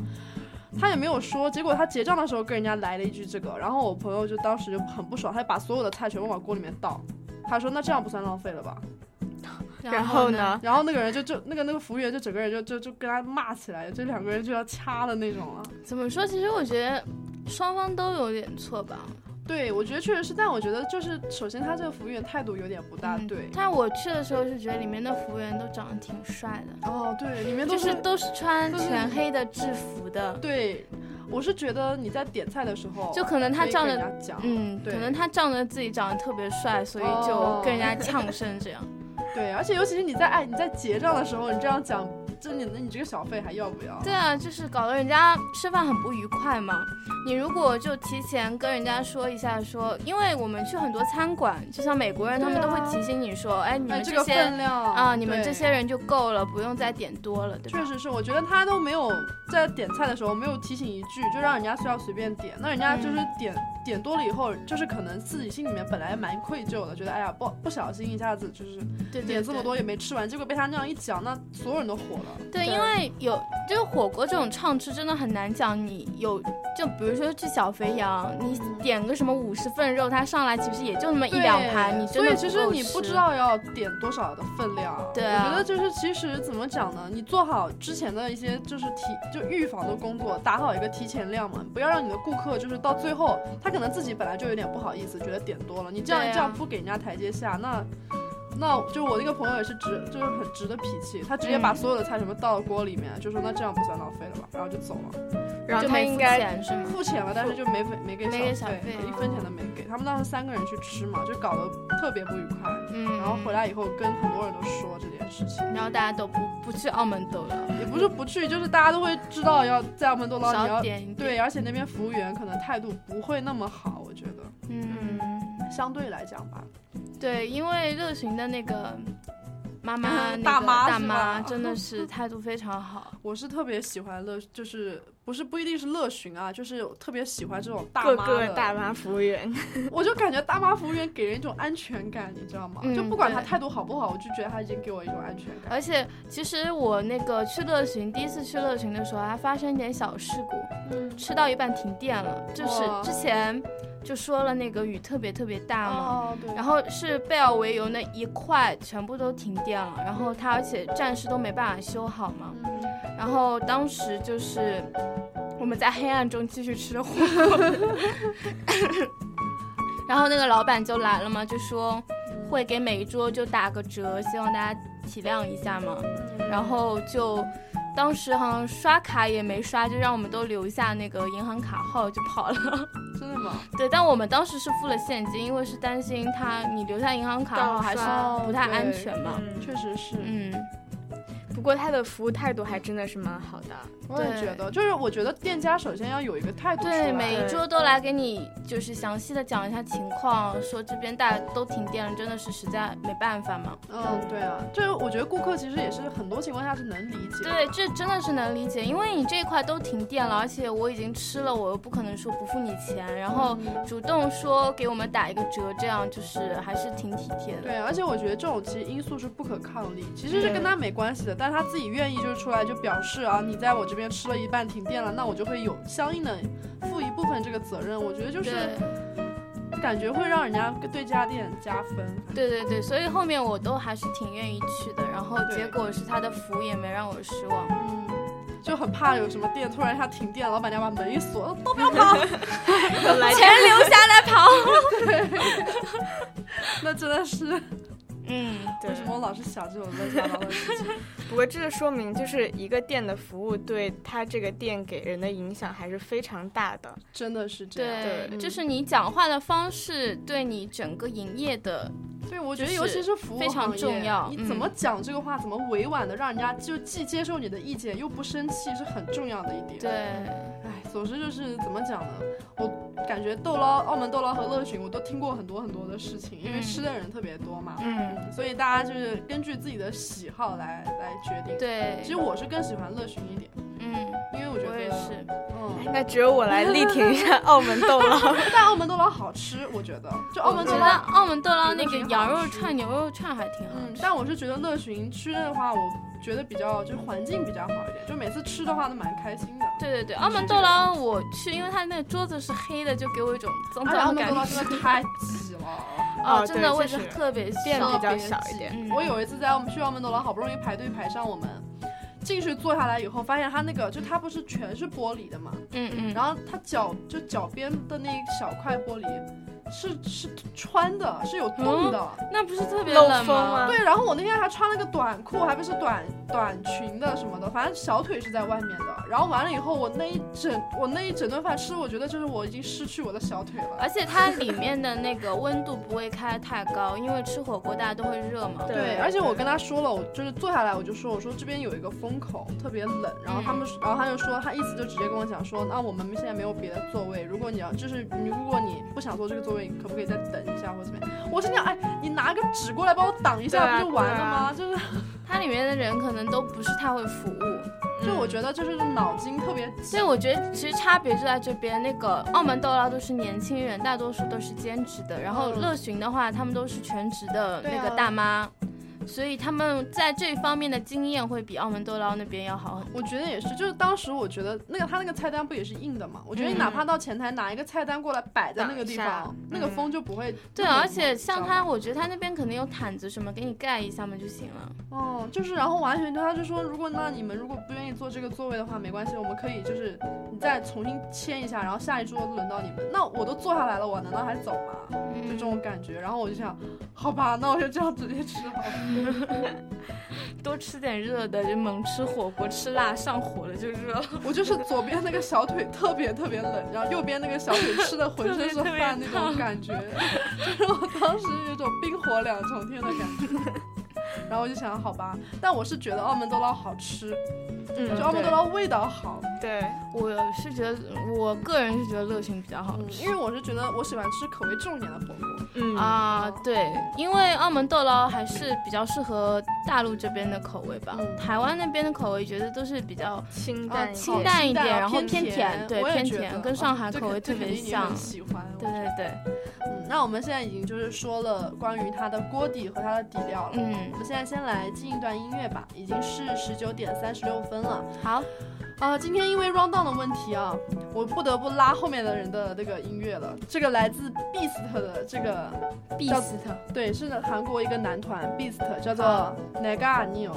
S4: 他也没有说，结果他结账的时候跟人家来了一句这个，然后我朋友就当时就很不爽，他就把所有的菜全部往锅里面倒。他说：“那这样不算浪费了吧
S6: 然后？”呢，
S4: 然后那个人就就那个那个服务员就整个人就就就跟他骂起来，这两个人就要掐的那种了。
S5: 怎么说？其实我觉得双方都有点错吧。
S4: 对，我觉得确实是，但我觉得就是首先他这个服务员态度有点不大
S5: 嗯
S4: 对。
S5: 但我去的时候是觉得里面的服务员都长得挺帅的，
S4: 哦，对，里面都
S5: 就是是都是穿
S4: 都是
S5: 全黑的制服的，
S4: 对，我是觉得你在点菜的时候，
S5: 就可能他
S4: 可以
S5: 仗
S4: 跟
S5: 着。
S4: 人家讲，
S5: 嗯，
S4: 对
S5: 可能他仗着自己长得特别帅，所以
S4: 哦
S5: 就跟人 家呛声这样。
S4: 对，而且尤其是你在哎你在结账的时候，你这样讲，就你那你这个小费还要不要？
S5: 对啊，就是搞得人家吃饭很不愉快嘛。你如果就提前跟人家说一下说因为我们去很多餐馆，就像美国人他们
S4: 对
S5: 都
S4: 啊
S5: 会提醒你说，哎，你
S4: 哎，
S5: 们
S4: 这
S5: 这
S4: 个
S5: 些
S4: 分量
S5: 啊，你们
S4: 对
S5: 这些人就够了，不用再点多了，对吧
S4: 确？实是，我觉得他都没有在点菜的时候没有提醒一句，就让人家需要随便点。那人家
S5: 嗯
S4: 就是点、点多了以后，就是可能自己心里面本来蛮愧疚的，觉得哎呀不不小心一下子就是
S5: 对对
S4: 点这么多也没吃完，结果被他那样一讲，那所有人都火了。
S5: 对，因为有这个火锅这种畅吃真的很难讲。你有就比如说去小肥羊，你点个什么五十份肉，它上来其实也就那么一
S4: 嗯对
S5: 两盘，你真
S4: 所
S5: 的
S4: 以其实
S5: 够
S4: 你不
S5: 吃
S4: 知。道要点多少的分量。
S5: 对啊
S4: 我觉得就是其实怎么讲呢？你做好之前的一些就是提就预防的工作，打好一个提前量嘛，不要让你的顾客就是到最后他可能自己本来就有点不好意思，觉得点多了，你这样、
S5: 对啊
S4: 这样不给人家台阶下，那。那就我那个朋友也是直，就是很直的脾气，他直接把
S5: 嗯
S4: 所有的菜全部倒到锅里面，就说那这样不算浪费了吧，然后就走了，
S6: 然后
S5: 就
S6: 他
S5: 没
S6: 应
S5: 付
S6: 该
S5: 钱是吗？
S4: 付钱了，但是就没没给
S5: 没给
S4: 小
S5: 小费啊
S4: 一分钱都没给。他们当时三个人去吃嘛，就搞得特别不愉快。
S5: 嗯，
S4: 然后回，来以后跟很多人都说这件事情，
S5: 然后大家都不不去澳门兜了，
S4: 也不是不去，就是大家都会知道要在澳门多捞，你
S5: 嗯少
S4: 要
S5: 点一点。，
S4: 对，而且那边服务员可能态度不会那么好，我觉得
S5: 嗯，
S4: 相对来讲吧，
S5: 对，因为乐群的那个妈 妈，那个
S4: 大妈
S5: 大
S4: 是吧
S5: 妈真的是态度非常好。
S4: 我是特别喜欢乐，就是不是不一定是乐巡啊，就是有特别喜欢这种大
S6: 各
S4: 妈
S6: 个
S4: 的
S6: 大妈服务员，
S4: 我就感觉大妈服务员给人一种安全感，你知道吗？
S5: 嗯
S4: 就不管她
S5: 对
S4: 态度好不好，我就觉得她已经给我一种安全感。
S5: 而且其实我那个去乐巡，第一次去乐巡的时候还发生一点小事故，呃吃到一半停电了，就是
S4: 哇
S5: 之前就说了那个雨特别特别大嘛。
S4: 哦，对。
S5: 然后是贝尔维尤那一块全部都停电了，然后它而且暂时都没办法修好嘛。
S4: 嗯
S5: 然后当时就是我们在黑暗中继续吃火锅， 然后那个老板就来了嘛，就说会给每一桌就打个折，希望大家体谅一下嘛。然后就当时好像刷卡也没刷，就让我们都留下那个银行卡号就跑了。
S4: 真的吗？
S5: 对，但我们当时是付了现金，因为是担心他你留下银行卡号
S6: 盗
S5: 还是
S6: 刷
S5: 不太安
S4: 对
S5: 全嘛。
S4: 确实是，
S5: 嗯，
S6: 不过他的服务态度还真的是蛮好的。
S4: 我也
S5: 对
S4: 觉得，就是我觉得店家首先要有一个态度出来
S5: 对，每一桌都来给你就是详细的讲一下情况，说这边大家都停电了，真的是实在没办法嘛。
S4: 嗯，对啊，这我觉得顾客其实也是很多情况下是能理解的。
S5: 对，这真的是能理解，因为你这一块都停电了，而且我已经吃了，我又不可能说不付你钱，然后主动说给我们打一个折，这样就是还是挺体贴的。
S4: 对，而且我觉得这种其实因素是不可抗力，其实是
S5: 对
S4: 跟他没关系的，但是他自己愿意就是出来就表示啊，你在我这边吃了一半停电了，那我就会有相应的负一部分这个责任。我觉得就是感觉会让人家对这家店加分。
S5: 对对对，所以后面我都还是挺愿意去的，然后
S4: 对
S5: 结果是他的服务也没让我失望。
S4: 嗯，就很怕有什么店突然一下停电，老板娘把门一锁， 都
S6: 本 来
S5: 钱留 下来跑。
S4: 那真的是
S5: 嗯，
S6: 对
S4: 为什么我老是想这种乱七八糟的事情？
S6: 不过这就说明，就是一个店的服务对他这个店给人的影响还是非常大的。
S4: 真的是这样。
S5: 对，
S4: 嗯
S5: 就是你讲话的方式对你整个营业的，
S4: 对，我觉
S5: 就
S4: 得尤
S5: 是
S4: 其是服务
S5: 非常
S4: 行业
S5: 重要嗯
S4: 你怎么讲这个话，怎么委婉的让人家就既接受你的意见又不生气，是很重要的一点。
S5: 对，
S4: 哎，总之就是怎么讲呢？我感觉豆捞、澳门豆捞和乐群，我都听过很多很多的事情，因为
S5: 嗯
S4: 吃的人特别多嘛，
S5: 嗯，
S4: 所以大家就是根据自己的喜好来来决定。，
S5: 对
S4: 其，实我是更喜欢乐群一点，
S5: 嗯，
S4: 因为我觉得
S5: 我也是，
S4: 嗯，
S6: 那只有我来力挺一 下澳门豆哦捞。
S4: 但澳门豆捞好吃，我觉得就澳门
S5: 我
S4: 豆
S5: 觉得
S4: 捞。
S5: 澳门豆捞
S4: 比
S5: 那
S4: 乐
S5: 个
S4: 群好
S5: 羊肉
S4: 吃
S5: 串、牛肉串还挺好
S4: 嗯，
S5: 吃。
S4: 但我是觉得乐群吃的话，我觉得比较就是环境比较好一点，就每次吃的话都蛮开心的。
S6: 啊
S5: 对对对，澳门豆捞我去，因为它那个桌子是黑的，就给我一种脏
S6: 啊
S4: 而且澳
S5: 脏的
S4: 门
S5: 感
S4: 豆捞
S5: 觉。
S4: 真的太 挤了，
S5: 哦，
S6: 哦
S5: 真
S6: 对
S5: 的
S6: 确
S5: 位置
S6: 实
S5: 特别小。
S6: 店比较
S4: 特别
S6: 小一
S4: 挤
S6: 点。
S5: 嗯
S4: 我有一次在我们去澳门豆捞，好不容易排队排上我们。进去坐下来以后，发现它那个就它不是全是玻璃的嘛，
S5: 嗯嗯，
S4: 然后它脚就脚边的那一小块玻璃是是穿的，是有洞的。
S6: 嗯
S5: 那不是特别
S6: 漏
S5: 冷
S6: 风吗
S4: 对，然后我那天还穿了个短裤，还不是短短裙的什么的，反正小腿是在外面的。然后完了以后，我那一整我那一整顿饭吃，我觉得就是我已经失去我的小腿了
S5: 而。且它里面的那个温度不会开得太高，因为吃火锅大家都会热嘛。
S4: 对，而且我跟他说了，我就是坐下来我就说，我说这边有一个风口，特别冷。然后他
S6: 嗯
S4: 们，然后他就说，他意思就直接跟我讲说，那我们现在没有别的座位，如果你要就是你如果你不想坐这个座位，你可不可以再等一下或者怎么样？我心想，哎，你拿个纸过来帮我挡一
S6: 对
S4: 下，
S6: 啊嗯
S4: 不就完了吗？就是
S5: 它里面的人可能都不是太会服务。
S4: 就我觉得就是脑筋特别急
S5: 所以。我觉得其实差别就在这边，那个澳门豆捞都是年轻人，大多数都是兼职的，然后
S4: 嗯
S5: 乐巡的话，他们都是全职的
S4: 对啊
S5: 那个大妈，所以他们在这方面的经验会比澳门豆捞那边要好很多。
S4: 我觉得也是，就是当时我觉得那个他那个菜单不也是硬的嘛？我觉
S5: 嗯
S4: 得你哪怕到前台拿一个菜单过来摆在那个地
S6: 挡一
S4: 方
S6: 下，
S4: 那个风就不会。
S5: 嗯对，啊而且像他，
S4: 我，
S5: 我觉得他那边可能有毯子什么，给你盖一下嘛就行了。
S4: 哦，就是然后完全就他就说，如果那你们如果不愿意坐这个座位的话，没关系，我们可以就是你再重新签一下，然后下一桌轮到你们。那我都坐下来了，我难道还走吗？就这
S5: 嗯，
S4: 种感觉。然后我就想，好吧，那我就这样直接吃好了。
S5: 多吃点热的，就猛吃火锅，吃辣上火了就热。
S4: 我就是左边那个小腿特别特别冷，然后右边那个小腿吃的浑身是汗那种感觉，就是我当时有种冰火两重天的感觉。然后我就想，好吧，但我是觉得澳门豆捞好吃，
S6: 嗯
S4: 就澳门豆
S6: 对
S4: 捞味道好，
S6: 对，
S5: 我是觉得，我个人是觉得乐巡比较好
S4: 嗯
S5: 吃
S4: 因。为我是觉得我喜欢吃口味重一点的火锅，
S6: 嗯
S5: 啊、对，因为澳门豆捞还是比较适合大陆这边的口味吧，
S4: 嗯
S5: 台湾那边的口味觉得都是比较
S6: 清
S5: 呃
S6: 淡一
S5: 清
S6: 点
S5: 淡一点，
S4: 啊
S5: 然后
S4: 偏
S5: 偏
S4: 甜，
S5: 对
S4: 我也
S5: 偏
S4: 觉
S5: 甜，
S4: 得
S5: 跟
S4: 啊
S5: 上海
S4: 这
S5: 口
S4: 肯
S5: 味特
S4: 这肯
S5: 别
S4: 定你
S5: 像
S4: 很。喜欢，我
S5: 对
S4: 觉
S5: 对
S4: 得
S5: 对，
S4: 嗯，那我们现在已经就是说了关于它的锅底和它的底料了。
S5: 嗯
S4: 我，们现在先来进一段音乐吧，已经是十九点三十六分了
S5: 好，
S4: 啊！今天因为 round down 的问题啊，我不得不拉后面的人的那个音乐了。这个来自 Beast 的这个，
S5: 必
S4: 叫
S5: 死它。
S4: 对，是韩国一个男团 Beast，叫做 Naga Neo。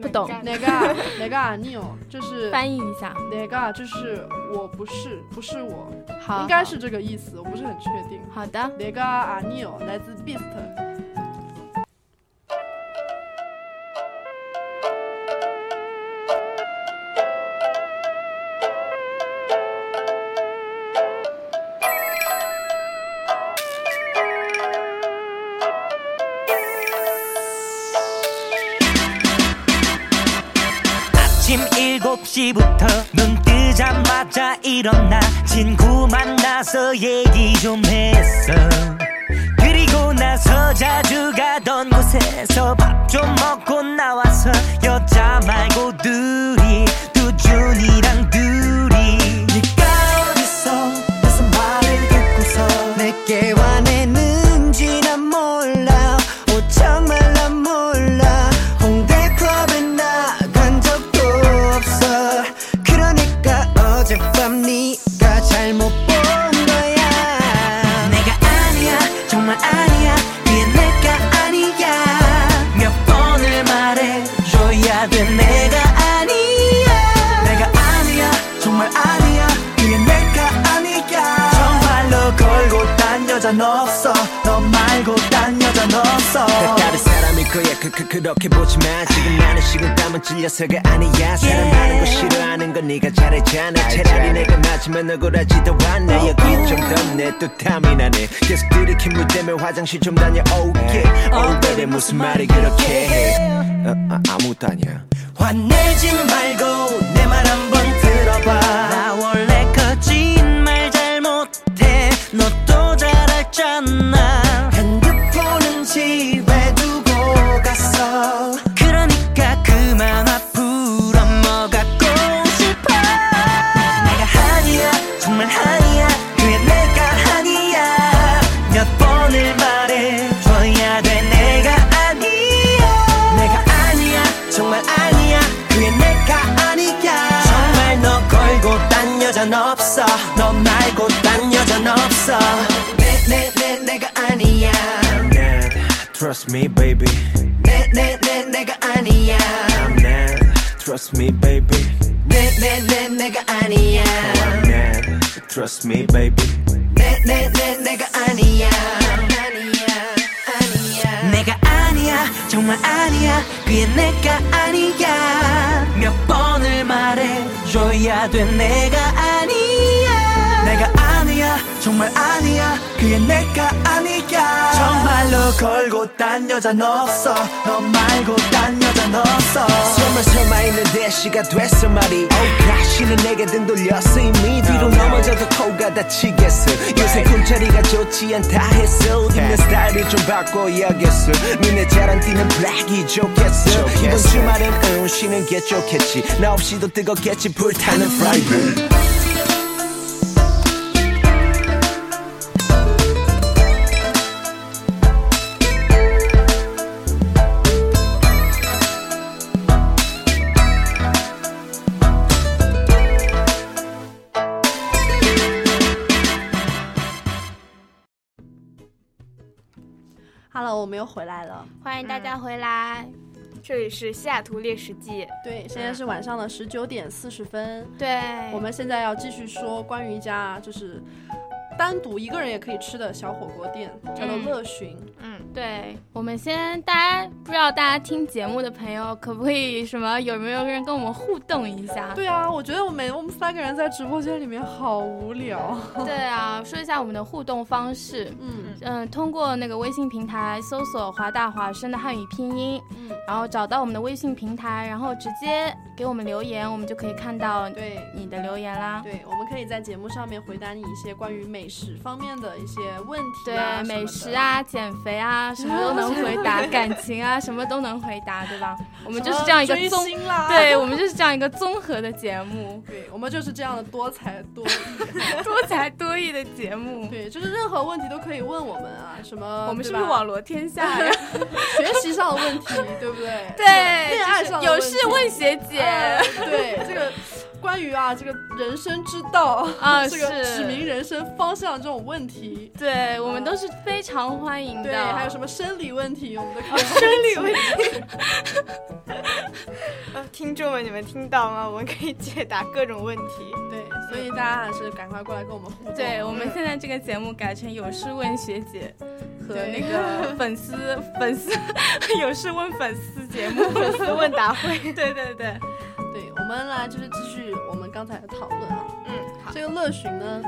S5: 不懂
S4: Naga Naga Neo 就是
S5: 翻译一下，
S4: Naga 就是我不是不是我，
S5: 好，
S4: 应该是嗯这个意思，我不是很确定。
S5: 好的。
S4: Naga a n i o 来自 Beast。
S7: 아침 7시부터 눈 뜨자마자 일어나 친구 만나서 얘기 좀 했어 그리고 나서 자주 가던 곳에서 밥 좀 먹고 나와서 여자 말고 둘이 두 준이랑 둘이 네가 어딨어 무슨 말을 듣고서 내게 화내는지 난 몰라 오 정말 난 몰라 홍대 클럽에 나간 적도 없어 그러니까 어젯밤 네가 잘못 본 거야 내가 아니야 정말 아니야 그게 내가 아니야 몇 번을 말해줘야 돼 내가 아니야 내가 아니야 정말 아니야 그게 내가 아니야 정말로 걸고 딴 여잔 없어 너 말고 딴 여잔 없어
S8: 다른 사람이 그야 그, 그, 그렇게 보지 마 지금 나는 식은땀은 찔려서가 아니야 사랑하는 거 싫어하는 거 네가 잘했잖아 차라리 내가 맞으면 억울하지도
S7: 어,
S8: 않네 여기 좀 덥네 또 탐이 나네 계속 들이킨 물 때문에 화장실 좀 다녀올게
S7: 어.
S8: 오늘의 무슨 말이 그렇게 해 어, 아, 아무것도 아니야
S7: 화내지 말고 내 말 한번 들어봐 나 원래 거짓말 잘 못해 너 또 잘알잖아 핸드폰은 집에 두고 갔어 그러니까 그만 앞으로 뭐 갖고 싶어 내가 아니야 정말 아니야 그게 내가 아니야 몇 번을 말해줘야 돼 내가 아니야 내가 아니야 정말 아니야 그게 내가 아니야 정말 너 걸고 딴 여잔 없어 너 말고 딴 여잔 없어 내 내 내 내가 아니야
S8: I'm not trust me baby
S7: 내 내 내 내가 아니야
S8: I'm not trust me baby
S7: 내 내 내 내가 아니야
S8: I'm not trust me baby
S7: 내 내 내 내가 아니야 아니야 아니야 내가 아니야 정말 아니야 그게 내가 아니야 몇 번을 말해줘야 돼 내가 아니야 내가 아니야 정말 아니야 그게 내가 아니야 정말로 걸고 딴 여잔 없어 너 말고 딴 여잔 없어
S8: 숨을 숨어 있는 대시가 됐어 말이 Oh gosh 이는 내게 등 돌렸어 이미 뒤로 넘어져도 코가 다치겠어 요새 굴자리가 좋지 않다 했어 옷 입는 스타일을 좀 바꿔야겠어 눈에 잘 안 띄는 블랙이 좋겠어 이번 주말엔 응 쉬는 게 좋겠지 나 없이도 뜨겁겠지 불타는 프라이빗
S4: Hello，我们又回来了。
S5: 欢迎大
S4: 嗯
S5: 家回来。
S6: 这里是西雅图猎食记，
S4: 对，现在是晚上的十九点四十分。
S5: 对，
S4: 我们现在要继续说关于一家就是单独一个人也可以吃的小火锅店，叫做
S5: 嗯
S4: 乐寻。
S6: 嗯，
S5: 对，我们先大家不知道大家听节目的朋友，可不可以什么有没有人跟我们互动一下？
S4: 对啊，我觉得我们我们三个人在直播间里面好无聊。
S5: 对啊，说一下我们的互动方式。
S4: 嗯
S5: 嗯，通过那个微信平台搜索“华大华生”的汉语拼音，
S4: 嗯，
S5: 然后找到我们的微信平台，然后直接给我们留言，我们就可以看到
S4: 对。
S5: 你的留言啦。
S4: 对，我们可以在节目上面回答你一些关于美食方面的一些问题
S5: 对
S4: 啊，什么
S5: 美
S4: 的
S5: 食，啊、减肥啊，什么都能回答，感情啊，什么都能回答，对吧？我们就是这样一个
S4: 什么
S5: 综
S4: 追星啊啦，
S5: 对我们就是这样一个综合的节目，
S4: 对我们就是这样的多才多艺。
S5: 多才多艺的节目。
S4: 对，就是任何问题都可以问我们啊，什么
S5: 我们是
S4: 对
S5: 不
S4: 吧
S5: 是网罗天下呀？
S4: 学习上的问题，对不对？
S5: 对
S4: 恋爱上的
S5: 有
S4: 问题
S5: 事问学姐。
S4: 哎 对这个关于啊这个人生之道
S5: 啊
S4: 这个
S5: 是
S4: 指明人生方向这种问题，
S5: 对我们都是非常欢迎的。
S4: 对，还有什么生理问题，我们都可以
S5: 生理问题？
S6: 呃，听众们，你们听到吗？我们可以解答各种问题。
S4: 对，所以大家还是赶快过来跟我们互动。
S5: 对我们现在这个节目改成有事问学姐和
S4: 对
S5: 那个粉丝 粉丝有事问粉丝节目，
S6: 粉丝问答会。
S5: 对对对，
S4: 对，我们来就是继续我们刚才的讨论啊。
S6: 嗯，好，
S4: 这个乐巡呢，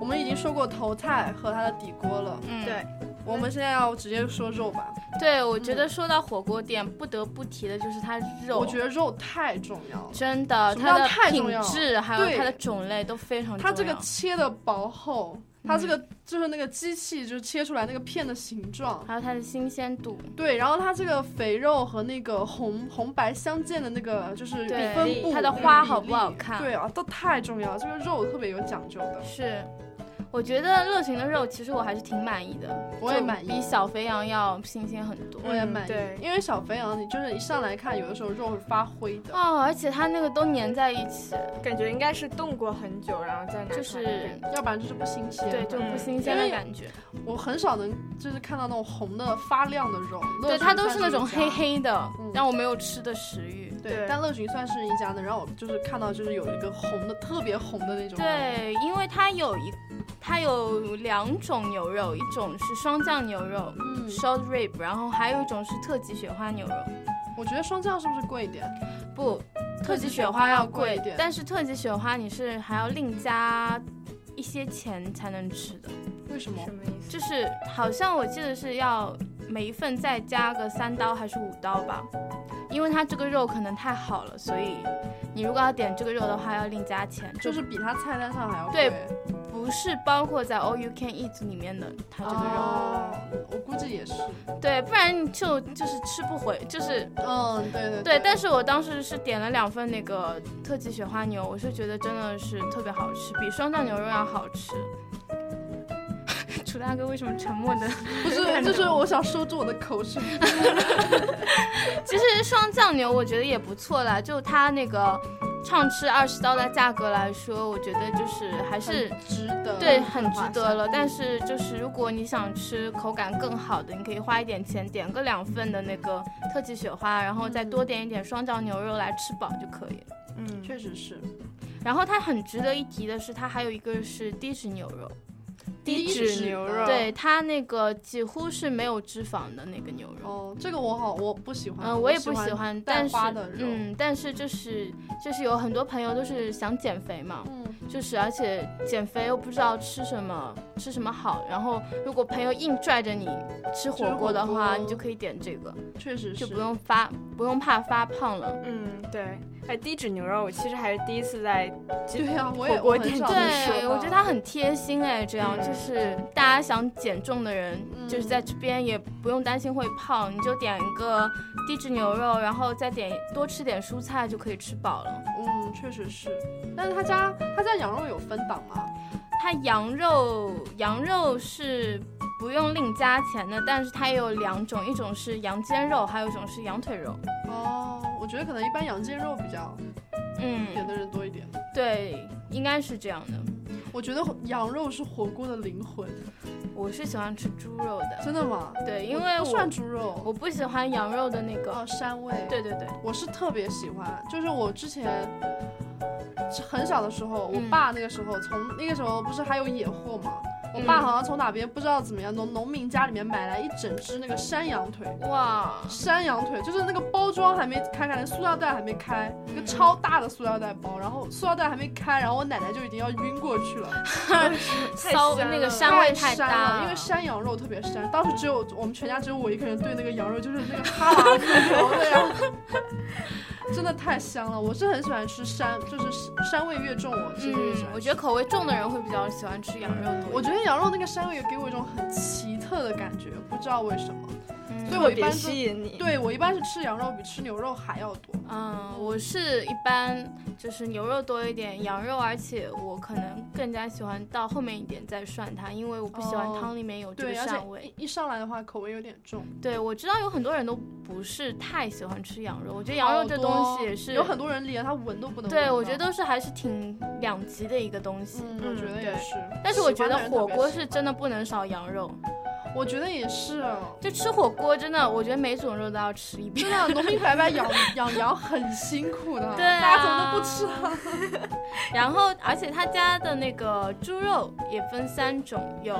S4: 我们已经说过头菜和它的底锅了，
S5: 嗯
S6: 对，
S4: 我们现在要直接说肉吧。
S5: 对，我觉得说到火锅店，不得不提的就是它肉，
S4: 我觉得肉太重要了，
S5: 真的
S4: 什么叫
S5: 它的
S4: 太
S5: 品
S4: 重要
S5: 质还
S4: 对
S5: 有它的种类都非常重要。嗯
S4: 它这个切的薄厚，它这个就是那个机器就是切出来那个片的形状。
S5: 还有它的新鲜度，
S4: 对，然后它这个肥肉和那个红红白相间的那个就是
S5: 对
S4: 分布，嗯
S5: 它的花好不好看
S4: 对啊，都太重要了，这个肉特别有讲究的。
S5: 是。我觉得乐群的肉其实我还是挺满意的，
S4: 我也满意
S5: 就比小肥羊要新鲜很多。
S4: 我也满意，
S6: 对
S4: 嗯因为小肥羊你就是一上来看，有的时候肉是发灰的，
S5: 哦，而且它那个都粘在一起，
S6: 感觉应该是冻过很久，然后再拿出来
S5: 就是
S4: 要不然就是不新鲜。
S5: 对就不新鲜的感觉。
S4: 我很少能就是看到那种红的发亮的肉，
S5: 对，
S4: 乐
S5: 它
S4: 群
S5: 都
S4: 算
S5: 是那种
S4: 一家
S5: 黑。黑的
S4: 嗯，
S5: 让我没有吃的食欲。
S4: 对，但乐群算是一家能让我就是看到就是有一个红的特别红的那种。，
S5: 对，因为它有一，它有两种牛肉，一种是霜降牛肉
S4: 嗯，
S5: （short rib），然后还有一种是特级雪花牛肉。
S4: 我觉得霜降是不是贵一点？
S5: 不，
S4: 特
S5: 特
S4: 级
S5: 级
S4: 雪
S5: 雪
S4: 花
S5: 花
S4: 要
S5: 要
S4: 贵一
S5: 贵
S4: 点，
S5: 但是特级雪花你是还要另加一些钱才能吃的，
S4: 为什么？
S6: 什么
S5: 嗯
S6: 意思？
S5: 就是好像我记得是要每一份再加个三刀还是五刀吧，因为它这个肉可能太好了，所以你如果要点这个肉的话要另加钱，
S4: 就是比它菜单上还要贵。
S5: 对不是包括在 All You Can Eat 里面的它这个肉，
S4: 哦，我估计也是。
S5: 对，不然就就是吃不回，就是
S4: 嗯，对对
S5: 对。但
S4: 是
S5: 是我当时是点了两份那个特级雪花牛，我是觉得真的是特别好吃，比双酱牛肉要好吃。 楚大哥为什么沉默的？
S4: 不是，就是我想收住我的口水。
S5: 其实双酱牛我觉得也不错啦，就它那个畅吃二十刀的价格来说，我觉得就是还是
S4: 值得，
S5: 对，很值得了。但
S4: 是
S5: 是就是如果你想吃口感更好的，你可以花一点钱点个两份的那个特级雪花，然后再多点一点双酱牛肉来吃饱就可以了。
S6: 嗯，
S4: 确实是
S5: 然后它很值得一提的是，它还有一个是低脂牛肉，
S6: 低脂牛肉，
S5: 对它那个几乎是没有脂肪的那个牛肉。
S4: 哦，这个我好我不喜欢，
S5: 嗯，我也不喜
S4: 欢
S5: 欢，
S4: 带
S5: 但是
S4: 花的肉。
S5: 嗯，但是就是就是有很多朋友都是想减肥嘛，
S4: 嗯
S5: 就是而且减肥又不知道吃什么吃什么好，然后如果朋友硬拽着你吃火锅的
S4: 吃火锅
S5: 话，你就可以点这个，
S4: 确实是
S5: 就不用发不用怕发胖了。
S6: 嗯，对。哎，低脂牛肉我其实还是第一次在
S4: 对呀、我也
S6: 火锅
S4: 我很
S6: 店
S4: 少
S6: 里
S4: 能
S5: 对，
S4: 吃
S5: 哎我
S4: 到
S5: 觉得它很贴心哎，这样
S6: 嗯
S5: 就是大家想减重的人，
S4: 嗯
S5: 就是在这边也不用担心会胖，你就点一个低脂牛肉，然后再点多吃点蔬菜就可以吃饱了。
S4: 嗯，确实是。但是他家他家羊肉有分档吗？
S5: 它羊肉羊肉是不用另加钱的，但是它也有两种，一种是羊肩肉，还有一种是羊腿肉。
S4: 哦，我觉得可能一般羊肩肉比较
S5: 嗯，
S4: 点的人多一点。
S5: 对，应该是这样的。
S4: 我觉得羊肉是火锅的灵魂，
S5: 我是喜欢吃猪肉的，
S4: 真的吗？
S5: 对，因为
S4: 不算
S5: 我
S4: 猪
S5: 我
S4: 肉，
S5: 不喜欢羊肉的那
S4: 哦，
S5: 个。
S4: 膻味。
S5: 对，对对，
S4: 我是特别喜欢，就是我之前。很小的时候，我
S5: 嗯
S4: 爸那个时候从那个时候不是还有野货吗？我爸
S5: 嗯
S4: 好像从哪边不知道怎么样，从农民家里面买来一整只那个山羊腿，
S5: 哇，
S4: 山羊腿，就是那个包装还没开开，那塑料袋还没开，一个超大的塑料袋包，然后塑料袋还没开，然后我奶奶就已经要晕过去了，
S5: 骚那个膻味太
S4: 膻
S5: 大
S4: 了，因为山羊肉特别膻。当时只有我们全家只有我一个人对那个羊肉就是那个哈喇子流的呀，真的太香了。我是很喜欢吃膻，就是膻味越重，我是越喜
S5: 嗯
S4: 欢，吃。
S5: 我觉得口味重的人会比较喜欢吃羊肉多。
S4: 我觉得羊肉那个膻味给我一种很奇特的感觉，不知道为什么。所以嗯我一般
S6: 特别
S4: 是
S6: 吸引你
S4: 对我一般是吃羊肉比吃牛肉还要多。
S5: 嗯，我是一般就是牛肉多一点，羊肉，而且我可能更加喜欢到后面一点再涮它，因为我不喜欢
S4: 哦
S5: 汤里面有这个
S4: 对，而且
S5: 膻味。嗯
S4: 一一上来的话口味有点重。
S5: 对，我知道有很多人都不是太喜欢吃羊肉，我觉得羊肉这东西也是
S4: 有很多人连它闻都不能闻到。
S5: 对，我觉得都是还是挺两极的一个东西。
S4: 嗯我觉得也
S5: 对
S4: 是
S5: 但是我觉得
S4: 喜欢的人特
S5: 火
S4: 别
S5: 锅
S4: 喜
S5: 是真的不能少羊肉。
S4: 我觉得也是哦。
S5: 就吃火锅真的，我觉得每种肉都要吃一遍。
S4: 真的，啊农民伯伯养养羊很辛苦的，
S5: 对、
S4: 大家怎么都不吃啊？
S5: 然后，而且他家的那个猪肉也分三种，有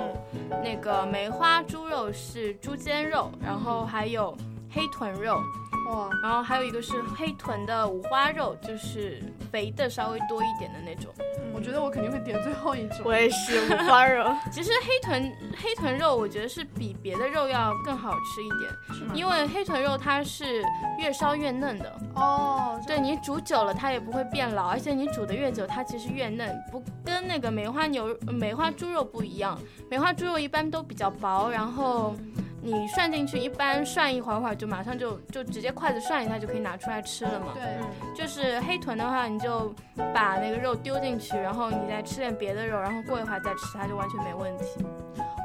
S5: 那个梅花猪肉是猪肩肉，然后还有黑臀肉，
S4: 哇，
S5: 然后还有一个是黑臀的五花肉，就是肥的稍微多一点的那种。
S4: 我觉得我肯定会点最后一种。
S6: 嗯我也是五 花肉。
S5: 其实黑臀黑臀肉，我觉得是比别的肉要更好吃一
S4: 吗
S5: 点，因为黑臀肉它是越烧越嫩嗯的。
S4: 哦，
S5: 对你煮久了，它也不会变老，而且你煮的越久，它其实越嫩，不跟那个梅花牛、呃梅花猪肉不一样。梅花猪肉一般都比较薄，然后你涮进去，一般涮一会儿会儿就马上就就直接筷子涮一下就可以拿出来吃了嘛。
S4: 对，
S5: 就是黑臀的话，你就把那个肉丢进去，然后你再吃点别的肉，然后过一会儿再吃，它就完全没问题。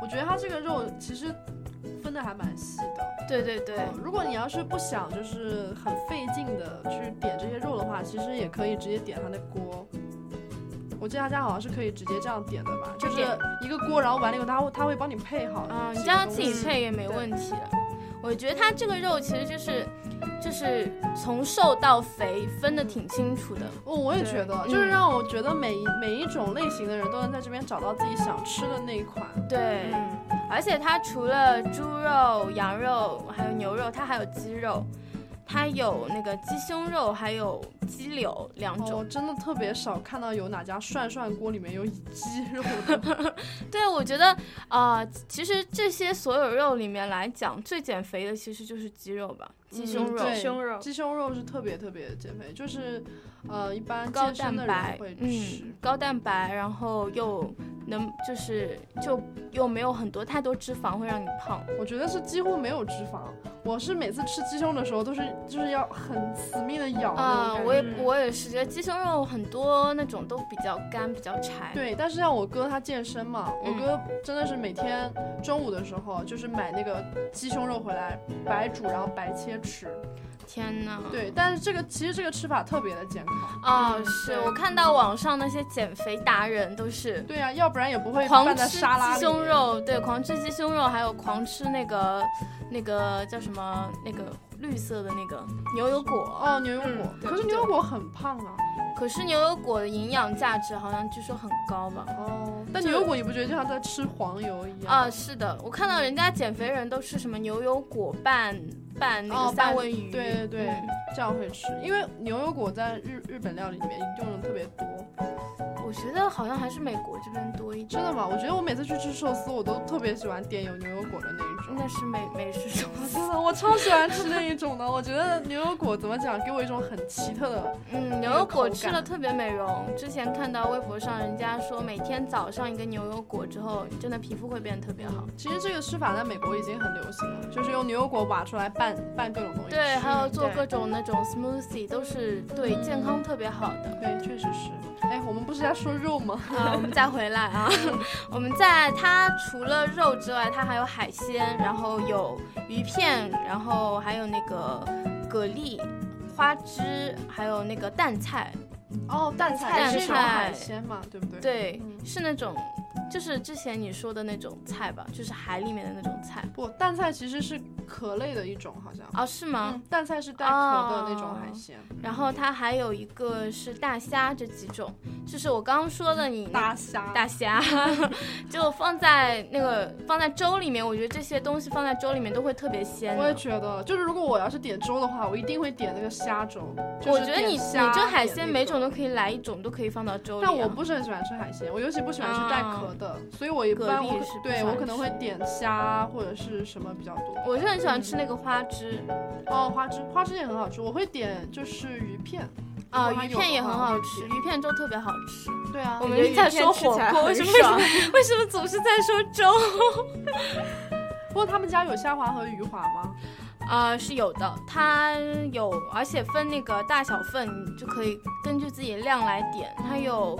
S4: 我觉得它这个肉其实分的还蛮细的。
S5: 对对对，
S4: 嗯如果你要是不想就是很费劲的去点这些肉的话，其实也可以直接点它的锅。我记得他家好像是可以直接这样点的吧，就是嗯
S5: 点
S4: 一个锅，然后完了以后他会他会帮你配好。
S5: 啊，你这样自己配也没问题了。我觉得它这个肉其实就是，就是从瘦到肥分的挺清楚的。
S4: 哦，我也觉得，
S5: 对
S4: 就是
S5: 嗯
S4: 让我觉得每一每一种类型的人都能在这边找到自己想吃的那一款。
S5: 对，
S4: 嗯
S5: 而且它除了猪肉、羊肉还有牛肉，它还有鸡肉，它有那个鸡胸肉，还有鸡柳两
S4: 哦我
S5: 种。
S4: 真的特别少看到有哪家涮涮锅里面有鸡肉的。
S5: 对，我觉得啊、呃其实这些所有肉里面来讲，最减肥的其实就是鸡肉吧，鸡胸肉。
S4: 对
S6: 胸肉
S4: 鸡胸肉是特别特别减肥，就是呃，一般
S5: 高
S4: 健身
S5: 蛋
S4: 的
S5: 白
S4: 人会，吃。
S5: 嗯，高蛋白，然后又能就是就又没有很多太多脂肪会让你胖。
S4: 我觉得是几乎没有脂肪，我是每次吃鸡胸的时候都是就是要很死命的咬那种
S5: 啊、
S4: 感觉
S5: 我也我也是觉得鸡胸肉很多那种都比较干，比较柴。
S4: 对，但是像我哥他健身嘛，我
S5: 嗯
S4: 哥真的是每天中午的时候就是买那个鸡胸肉回来白煮，然后白切吃。
S5: 天呐。
S4: 对，但是这个其实这个吃法特别的健康。
S5: 哦，
S4: 嗯
S5: 是
S4: 对
S5: 我看到网上那些减肥达人都是
S4: 对呀、啊要不然也不会
S5: 狂
S4: 拌在
S5: 吃
S4: 沙拉
S5: 鸡
S4: 里
S5: 胸
S4: 面。
S5: 肉，对，狂吃鸡胸肉，还有狂吃那个那个叫什么那个绿色的那个牛油果。嗯
S4: 哦，牛油果，可是牛油果很胖啊。
S5: 可是牛油果的营养价值好像据说很高吧？
S4: 哦，但牛油果你不觉得就像在吃黄油一样？
S5: 啊、是的，我看到人家减肥人都吃什么牛油果拌拌那
S4: 哦
S5: 个三
S4: 拌
S5: 文鱼，
S4: 对对对，
S5: 嗯
S4: 这样会吃，因为牛油果在日日本料理里面用的特别多。
S5: 我觉得好像还是美国这边多一点。
S4: 真的吗？我觉得我每次去吃寿司，我都特别喜欢点有牛油果的那一种。
S5: 那是美美食什么？
S4: 真的，我超喜欢吃那一种的。我觉得牛油果怎么讲，给我一种很奇特的。
S5: 嗯，牛油果吃了特别美容。之前看到微博上人家说，每天早上一个牛油果之后，真的皮肤会变得特别好。
S4: 其实这个吃法在美国已经很流行了，就是用牛油果挖出来拌拌各种东西吃。
S5: 对，还有做
S6: 对
S5: 各种那种 smoothie，都是对健康特别好的。
S4: 对，确实是。哎，我们不是在说肉吗？
S5: 啊，我们再回来啊，
S4: 嗯
S5: 我们在它除了肉之外，它还有海鲜，然后有鱼片，然后还有那个蛤蜊、花枝，还有那个淡菜，
S4: 哦，蛋
S5: 蛋
S4: 是一种
S5: 菜
S4: 海鲜嘛，对不对？。
S5: 对，
S4: 嗯
S5: 是那种，就是之前你说的那种菜吧，就是海里面的那种菜。
S4: 不，蛋菜其实是壳类的一种，好像。
S5: 哦，是吗？
S4: 嗯，蛋菜是带壳的那种海鲜。
S5: 然后它还有一个是大虾，这几种，就是我刚刚说的你
S4: 大虾。
S5: 大虾， 就放在那个放在粥里面，我觉得这些东西放在粥里面都会特别鲜的。
S4: 我也觉得，就是如果我要是点粥的话，我一定会点那个虾粥。就是
S5: 我觉得
S4: 点
S5: 你你
S4: 虾
S5: 这海
S4: 点
S5: 鲜
S4: 那
S5: 每
S4: 个
S5: 种都可以来一种，都可以放到粥里、啊。
S4: 但我不是很喜欢吃海鲜，我尤其不喜欢吃带壳的，所以我一
S5: 哦蛤
S4: 般
S5: 蜊
S4: 我
S5: 是不
S4: 对
S5: 喜
S4: 我
S5: 欢
S4: 可能
S5: 吃
S4: 会点虾或者是什么比较多。
S5: 我是很很喜欢吃那个花枝。
S4: 哦，花枝，花枝也很好吃。我会点就是鱼片。
S5: 啊，
S4: 如果它
S5: 鱼
S4: 有
S5: 片也
S4: 的
S5: 很
S4: 话
S5: 好
S4: 会
S5: 吃，
S4: 点
S5: 鱼片粥特别好吃。
S4: 对啊，
S5: 我们
S4: 感觉
S5: 一直在
S4: 鱼片
S5: 说
S4: 吃起
S5: 火
S4: 来
S5: 锅，
S4: 很
S5: 为什么为什
S4: 爽
S5: 么 为什么总是在说粥？
S4: 不过他们家有虾滑和鱼滑吗？
S5: 啊、是有的，它有，而且分那个大小份，你就可以根据自己量来点。它有，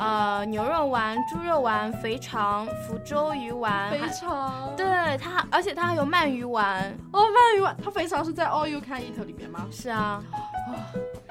S5: 呃，牛肉丸、猪肉丸、肥肠、福州鱼丸，
S4: 肥
S5: 还
S4: 肠，
S5: 啊对它，而且它还有鳗鱼丸。
S4: 哦，鳗鱼丸，它肥肠是在 All You Can Eat 里面吗？
S5: 是啊，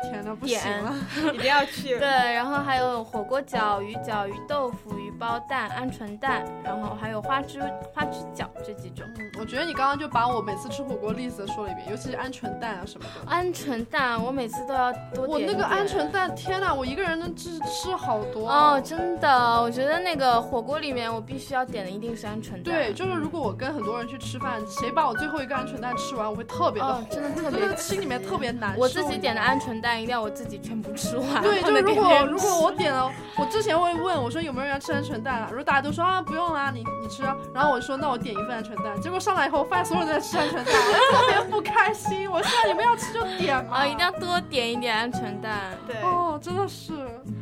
S4: 天呐，不行
S5: 点
S4: 了！
S6: 一定要去。
S5: 对，然后还有火锅饺、鱼饺、鱼豆腐、鱼包蛋、鹌鹑蛋，然后还有花枝花枝饺这几种。
S4: 嗯我觉得你刚刚就把我每次吃火锅例子说了一遍，尤其是鹌鹑蛋啊什么的。
S5: 鹌鹑蛋，我每次都要多
S4: 我
S5: 点
S4: 那
S5: 一
S4: 个鹌
S5: 点
S4: 鹑蛋，天呐，我一个人能吃吃好多
S5: 哦，真的，我觉得那个火锅里面我必须要点的一定是鹌鹑蛋。
S4: 对，就是如果我跟很多人去吃饭，谁把我最后一个鹌鹑蛋吃完，我会特别的
S5: 哦
S4: 火，，
S5: 真的特
S4: 就是
S5: 别，
S4: 心里面特别难受。
S5: 我自己点的鹌鹑蛋一定要我自己全部吃完。
S4: 对，
S5: 不
S4: 就
S5: 能
S4: 如
S5: 给
S4: 果
S5: 别人
S4: 如果 我点了，我之前会问我说有没有人要吃鹌鹑蛋啊？如果大家都说啊不用啦，你你吃啊，然后我说那我点一份鹌鹑蛋，结果上来以后我发现所有人都在吃鹌鹑蛋，我特别不开心。我说你们要吃就点嘛，
S5: 啊，一定要多点一点鹌鹑蛋。
S6: 对，
S4: 哦，真的是，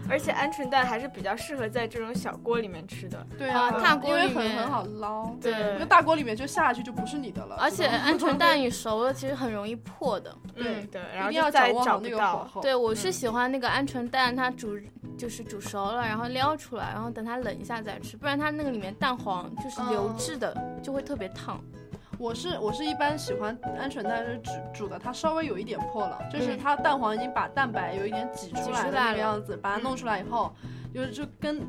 S6: 而且鹌鹑蛋还是比较适合在这种小锅里面吃的。
S4: 对
S5: 啊大锅
S4: 因为
S5: 里
S4: 很
S5: 面
S4: 很好捞，
S5: 对
S4: 那个大锅里面就下去就不是你的了，
S5: 而且
S4: 知道吗
S5: 鹌鹑蛋你熟了，其实很容易破的。
S4: 对
S6: 嗯，对，然后
S4: 一定要
S6: 就
S4: 掌
S6: 再
S4: 握
S6: 找
S4: 好
S6: 不
S4: 那个火
S6: 到。
S4: 候。
S5: 对，我是喜欢那个鹌鹑蛋，它煮就是煮熟了，然后撩出来，然后等它冷一下再吃，不然它那个里面蛋黄就是流
S4: 哦
S5: 质的，就会特别烫。
S4: 我是我是一般喜欢鹌鹑蛋是煮煮的，它稍微有一点破了，就是
S5: 嗯
S4: 它蛋黄已经把蛋白有一点挤出
S5: 挤
S4: 来的
S5: 出来
S4: 那
S5: 了嗯
S4: 个样子，把它弄出来以后，就是就跟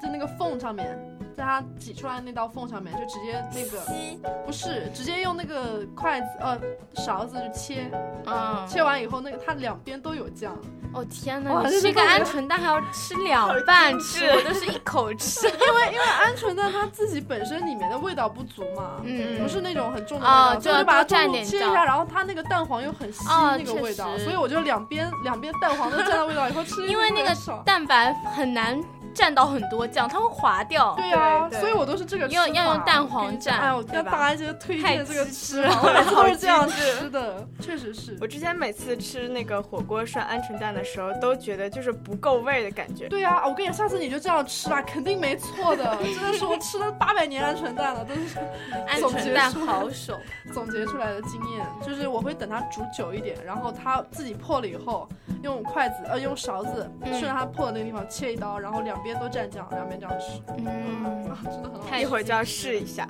S4: 在那个缝上面，在它挤出来的那道缝上面就直接那个
S5: 吸，
S4: 不是直接用那个筷子呃勺子就切，
S5: 嗯，
S4: 切完以后那个它两边都有酱，
S5: 哦天
S4: 哇
S5: 哪！你
S4: 这
S5: 吃
S4: 是
S5: 个
S4: 特
S5: 鹌
S4: 别
S5: 鹑蛋还要吃两半吃，我都是一口 吃。嗯
S4: 因为因为鹌鹑蛋它自己本身里面的味道不足嘛。
S5: 嗯
S4: 不是那种很重的味道，
S5: 哦就
S4: 所以
S5: 要
S4: 就把它
S5: 多蘸
S4: 中
S5: 点
S4: 间切一
S5: 酱
S4: 下，然后它那个蛋黄又很吸
S5: 哦
S4: 那个
S5: 确
S4: 味道，
S5: 实
S4: 所以我就两边两边蛋黄都蘸到味道以后吃，
S5: 因为那个
S4: 爽。
S5: 蛋白很难蘸到很多酱，它会滑掉。
S4: 对呀、
S6: 对对
S4: 所以我都是这个吃
S5: 要
S4: 法
S5: 要用蛋黄
S4: 我跟你讲
S5: 蘸
S4: 哎呦，
S5: 对
S4: 要
S5: 吧
S4: 大家推
S5: 太
S4: 荐这个
S5: 机
S4: 吃
S5: 智
S4: 法，我每次都是这样
S6: 好机智
S4: 吃 的，确实是
S6: 我。之前每次吃那个火锅涮鹌鹑蛋的时候，都觉得就是不够味的感觉。
S4: 对呀、我跟你讲，下次你就这样吃啦，肯定没错的。真的是我吃了八百年鹌鹑蛋了，都是
S5: 鹌
S4: 嗯总结
S5: 鹑蛋
S4: 出来
S5: 好手。
S4: 总结出来的经验，就是我会等它煮久一点，然后它自己破了以后，用筷子呃用勺子
S5: 嗯
S4: 顺着它破的那个地方切一刀，然后两边都蘸酱，两边这样吃，
S5: 嗯，
S4: 啊，真的很好
S5: 太
S6: 一会儿就要试一下。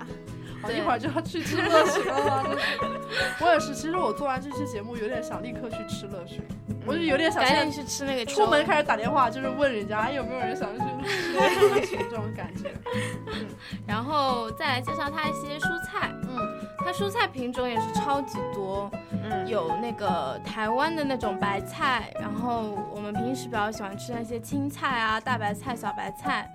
S4: 好，
S5: 对
S4: 一会儿就要去吃乐讯了。啊真的 我也是，其实我做完这期节目，有点想立刻去吃乐讯，我就有点想
S5: 嗯赶
S4: 现
S5: 紧
S4: 在
S5: 去吃那个粥
S4: 出门开始打电话，就是问人家哎有没有人想 去吃乐讯这种感觉。
S5: 然后再来介绍它一些蔬菜。
S4: 嗯，
S5: 它蔬菜品种也是超级多，
S6: 嗯，
S5: 有那个台湾的那种白菜，然后我们平时比较喜欢吃那些青菜啊、大白菜、小白菜，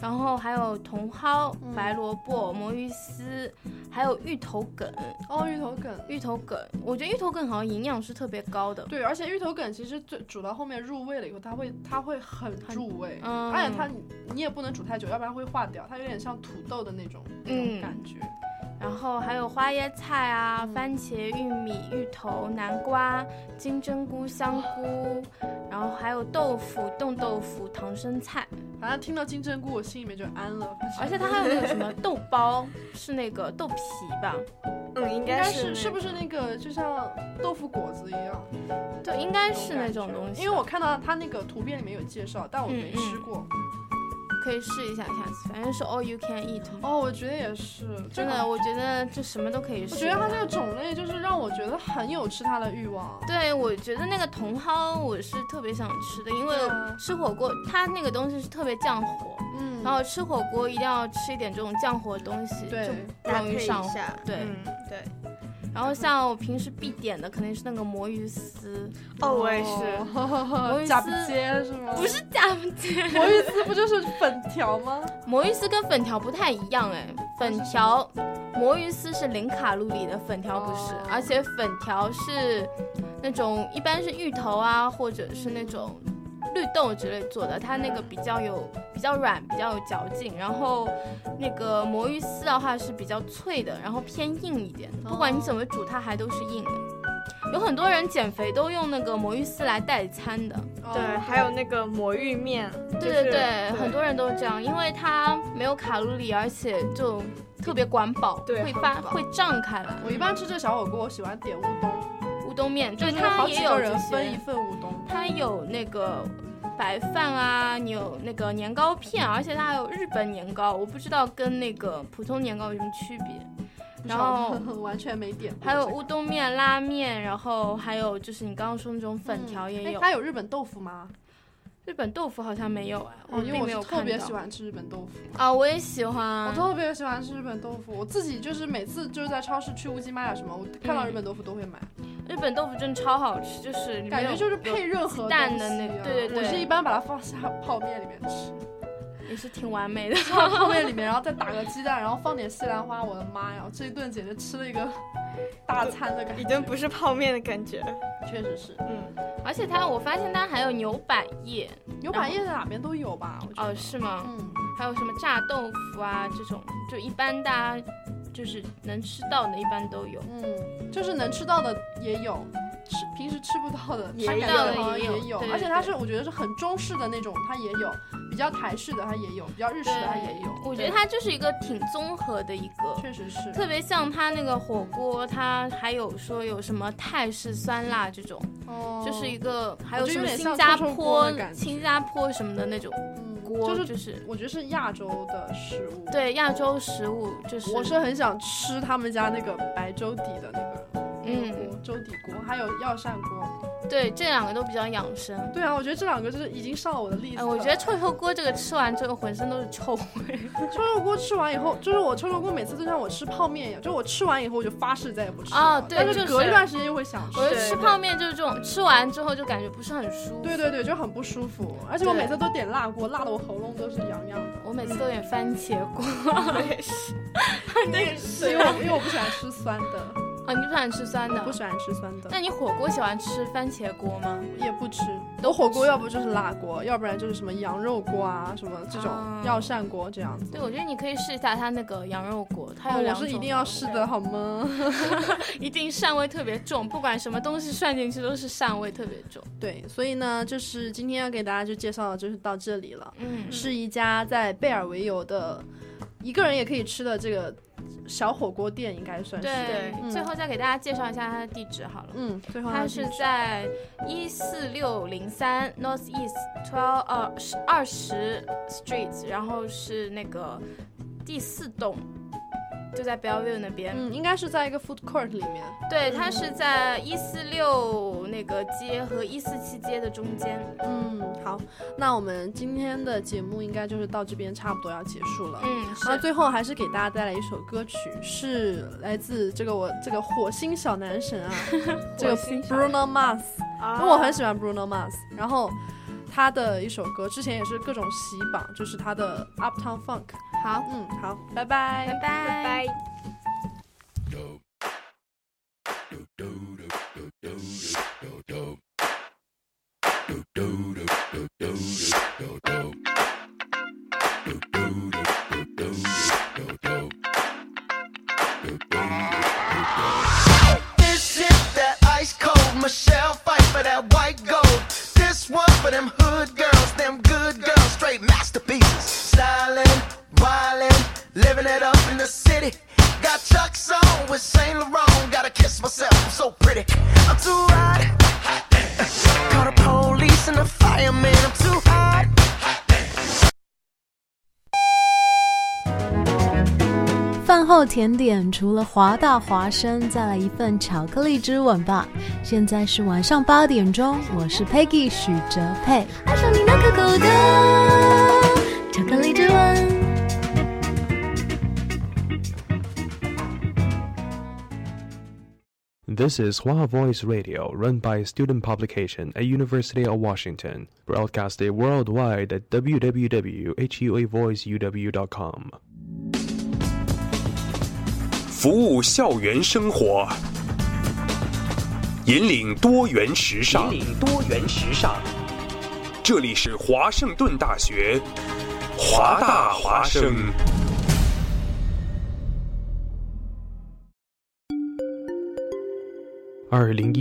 S5: 然后还有茼蒿、
S4: 嗯
S5: 白萝卜、魔芋丝，还有芋头梗。
S4: 哦，芋头梗。
S5: 芋头梗，我觉得芋头梗好像营养是特别高的。
S4: 对，而且芋头梗其实最煮到后面入味了以后，它会它会很入味，
S5: 嗯
S4: 而且它你你也不能煮太久，要不然会化掉，它有点像土豆的那种那种
S5: 嗯
S4: 感觉。
S5: 然后还有花椰菜啊、
S4: 嗯
S5: 番茄、玉米、芋头、南瓜、金针菇、香菇，然后还有豆腐、冻豆腐、唐生菜，
S4: 反正听到金针菇，我心里面就安了。反正
S5: 而且它还有那个什么豆包，是那个豆皮吧？
S6: 嗯，应
S4: 应
S6: 该
S4: 该
S6: 是
S4: 是
S6: 那
S4: 是不是那个就像豆腐果子一样？
S5: 对，应该是那种东西吧。嗯
S4: 因为我看到它那个图片里面有介绍，但我没吃过。
S5: 可以试一下，下次反正是 all you can eat 嘛。
S4: 哦，我觉得也是，这
S5: 真的，
S4: 个。
S5: 我觉得这什么都可以试
S4: 我
S5: 一
S4: 觉
S5: 下。
S4: 得它这个种类就是让我觉得很有吃它的欲望。
S5: 对，我觉得那个茼蒿我是特别想吃的，因为
S4: 对啊
S5: 吃火锅它那个东西是特别降火，
S4: 嗯
S5: 然后吃火锅一定要吃一点这种降火的东西，
S4: 对
S5: 就不
S6: 搭
S5: 容
S6: 配
S5: 易
S6: 一
S5: 上火。
S6: 下？
S5: 对
S6: 嗯对。
S4: 哦
S5: 然后像我平时必点的肯定是那个魔芋 丝，
S6: 哦，我也是。
S5: 魔芋
S4: 是假哦
S5: 丝
S4: 不 接是吗？
S5: 不，是假不接，
S4: 魔芋丝不就是粉条吗？
S5: 魔芋丝跟粉条不太一样哎，粉条。魔芋丝是零卡路里的，粉条不是
S4: 哦，
S5: 而且粉条是那种一般是芋头啊，或者是那种绿豆之类做的，它那个比较有比较软，比较有嚼劲。然后那个魔芋丝的话是比较脆的，然后偏硬一点的，不管你怎么煮，它还都是硬的。有很多人减肥都用那个魔芋丝来代餐的，
S4: 哦
S6: 对，还有那个魔芋面，就
S5: 对
S6: 是
S5: 对对，很多人都是这样，因为它没有卡路里，而且就特别管饱，会发会胀开来。
S4: 我一般吃这小火锅，我喜欢点乌冬，
S5: 乌冬面，对，
S4: 就是
S5: 它
S4: 好
S5: 也
S4: 几
S5: 有
S4: 个
S5: 这
S4: 人
S5: 些
S4: 分一嗯份乌冬。
S5: 它有那个白饭啊，你有那个年糕片，而且它还有日本年糕，我不知道跟那个普通年糕有什么区别。然后
S4: 完全没点，
S5: 还有乌冬面、拉面，然后还有就是你刚刚说那种粉条也有。
S4: 嗯哎它有日本豆腐吗？
S5: 日本豆腐好像没有哎，
S4: 哦，因为
S5: 并
S4: 我
S5: 没有
S4: 是特别
S5: 看到
S4: 喜欢吃日本豆腐。
S5: 啊，我也喜欢，
S4: 我特别喜欢吃日本豆腐，我自己就是每次就是在超市去乌鸡妈呀什么，我看到日本豆腐都会买，
S5: 日本豆腐真的超好吃，就是嗯里面
S4: 感觉
S5: 有
S4: 就是配任何
S5: 有鸡蛋
S4: 东
S5: 的那
S4: 西啊
S5: 对对对，
S4: 我是一般把它放下泡面里面 吃，
S5: 也是挺完美的，
S4: 放泡面里面，然后再打个鸡蛋，然后放点西兰花，我的妈呀，这一顿简直吃了一个 大餐的感觉，
S6: 已经不是泡面的感觉了。
S4: 确实是，
S6: 嗯，
S5: 而且它我发现它还有牛百叶，
S4: 牛百叶在哪边都有吧？我觉得
S5: 哦，是吗？
S4: 嗯，
S5: 还有什么炸豆腐啊这种，就一般大家就是能吃到的，一般都有。
S4: 嗯，就是能吃到的也有，吃平时吃不到的，
S5: 也
S4: 它
S5: 有
S4: 感觉好像也
S5: 也有对
S4: 而且它是
S5: 对
S4: 我觉得是很中式的那种，它也有，比较台式的它也有，比较日式的它也有。
S5: 我觉得它就是一个挺综合的一个，
S4: 确实是
S5: 特别像它那个火锅，它还有说有什么泰式酸辣这种，
S4: 哦
S5: 就是一个还有
S4: 我觉
S5: 什
S4: 得
S5: 么
S4: 有点
S5: 新
S4: 像
S5: 加
S4: 臭臭锅
S5: 坡
S4: 的、感觉
S5: 新加坡什么的那种锅，
S4: 嗯就是
S5: 就是
S4: 我觉得是亚洲的食物。
S5: 对亚洲食物，就是
S4: 我是很想吃他们家那个白粥底的那个
S5: 嗯，
S4: 锅粥底锅，还有药膳锅。
S5: 对这两个都比较养生。
S4: 对啊，我觉得这两个就是已经上了我的 list
S5: 哎，
S4: 了。
S5: 我觉得臭臭锅这个吃完之后浑身都是臭味。
S4: 臭臭锅吃完以后，就是我臭臭锅每次都像我吃泡面一样，就我吃完以后我就发誓再也不吃了。
S5: 哦对
S4: 但
S5: 就是
S4: 是隔一段时间又会想吃。
S5: 我觉得吃泡面就是这种，吃完之后就感觉不是很舒服。
S4: 对对对，就很不舒服，而且我每次都点辣锅，辣的我喉咙都是痒痒的。
S5: 我每次都点番茄锅。
S6: 我也是。
S5: 对，
S4: 是因为我因为我不喜欢吃酸的，
S5: 啊，你不喜欢吃酸的？
S4: 不喜。欢吃酸的
S5: 那，你火锅喜欢吃番茄锅吗？
S4: 也不吃。我火锅要不就是辣锅，要不然就是什么羊肉锅啊，什么这种
S5: 啊
S4: 药膳锅这样子。
S5: 对，我觉得你可以试一下它那个羊肉锅，它有
S4: 哦我
S5: 两种。
S4: 是一定要试的好吗？
S5: 一定膻味特别重，不管什么东西涮进去都是膻味特别重。
S4: 对，所以呢，就是今天要给大家就介绍的就是到这里了。
S5: 嗯，
S4: 是一家在贝尔维尤的一个人也可以吃的这个小火锅店，应该算是。
S5: 对。
S4: 嗯
S5: 最后再给大家介绍一下它的地址好了。
S4: 嗯，最后
S5: 它
S4: 呢
S5: 是在一四六零三 North East twelve 呃二十 Street，然后是那个第四栋，就在 Bellevue 那边。
S4: 嗯，应该是在一个 food court 里面。
S5: 对，它是在一四六那个街和一四七街的中间。
S4: 嗯，好，那我们今天的节目应该就是到这边差不多要结束了。
S5: 嗯，
S4: 那
S5: 是。
S4: 最后还是给大家带来一首歌曲，是来自这个我这个火星小男神 啊，这个
S5: 火星小
S4: Bruno Mars，
S6: 啊
S4: 因为我很喜欢 Bruno Mars，然后他的一首歌之前也是各种洗榜，就是他的 Uptown Funk。
S5: 好，
S4: 嗯，好，拜拜。
S5: 拜拜。
S6: 拜。
S8: This is that ice cold. Michelle fight for that white gold. This one for them hood girls, them good girls, straight masterpieces. Stylin', wildin', living it up in the city. Got Chuck's on with Saint Laurent. Gotta kiss myself, I'm so pretty. I'm too hot. Call the police and the fireman. I'm too hot.
S9: This is Hua Voice Radio, run by a student publication at University of Washington, broadcasted worldwide at www.huavoiceuw.com.
S1: 服务校园生活，引领多元时尚，
S10: 引领多元时尚，
S1: 这里是华盛顿大学，华大华生。
S9: 二零一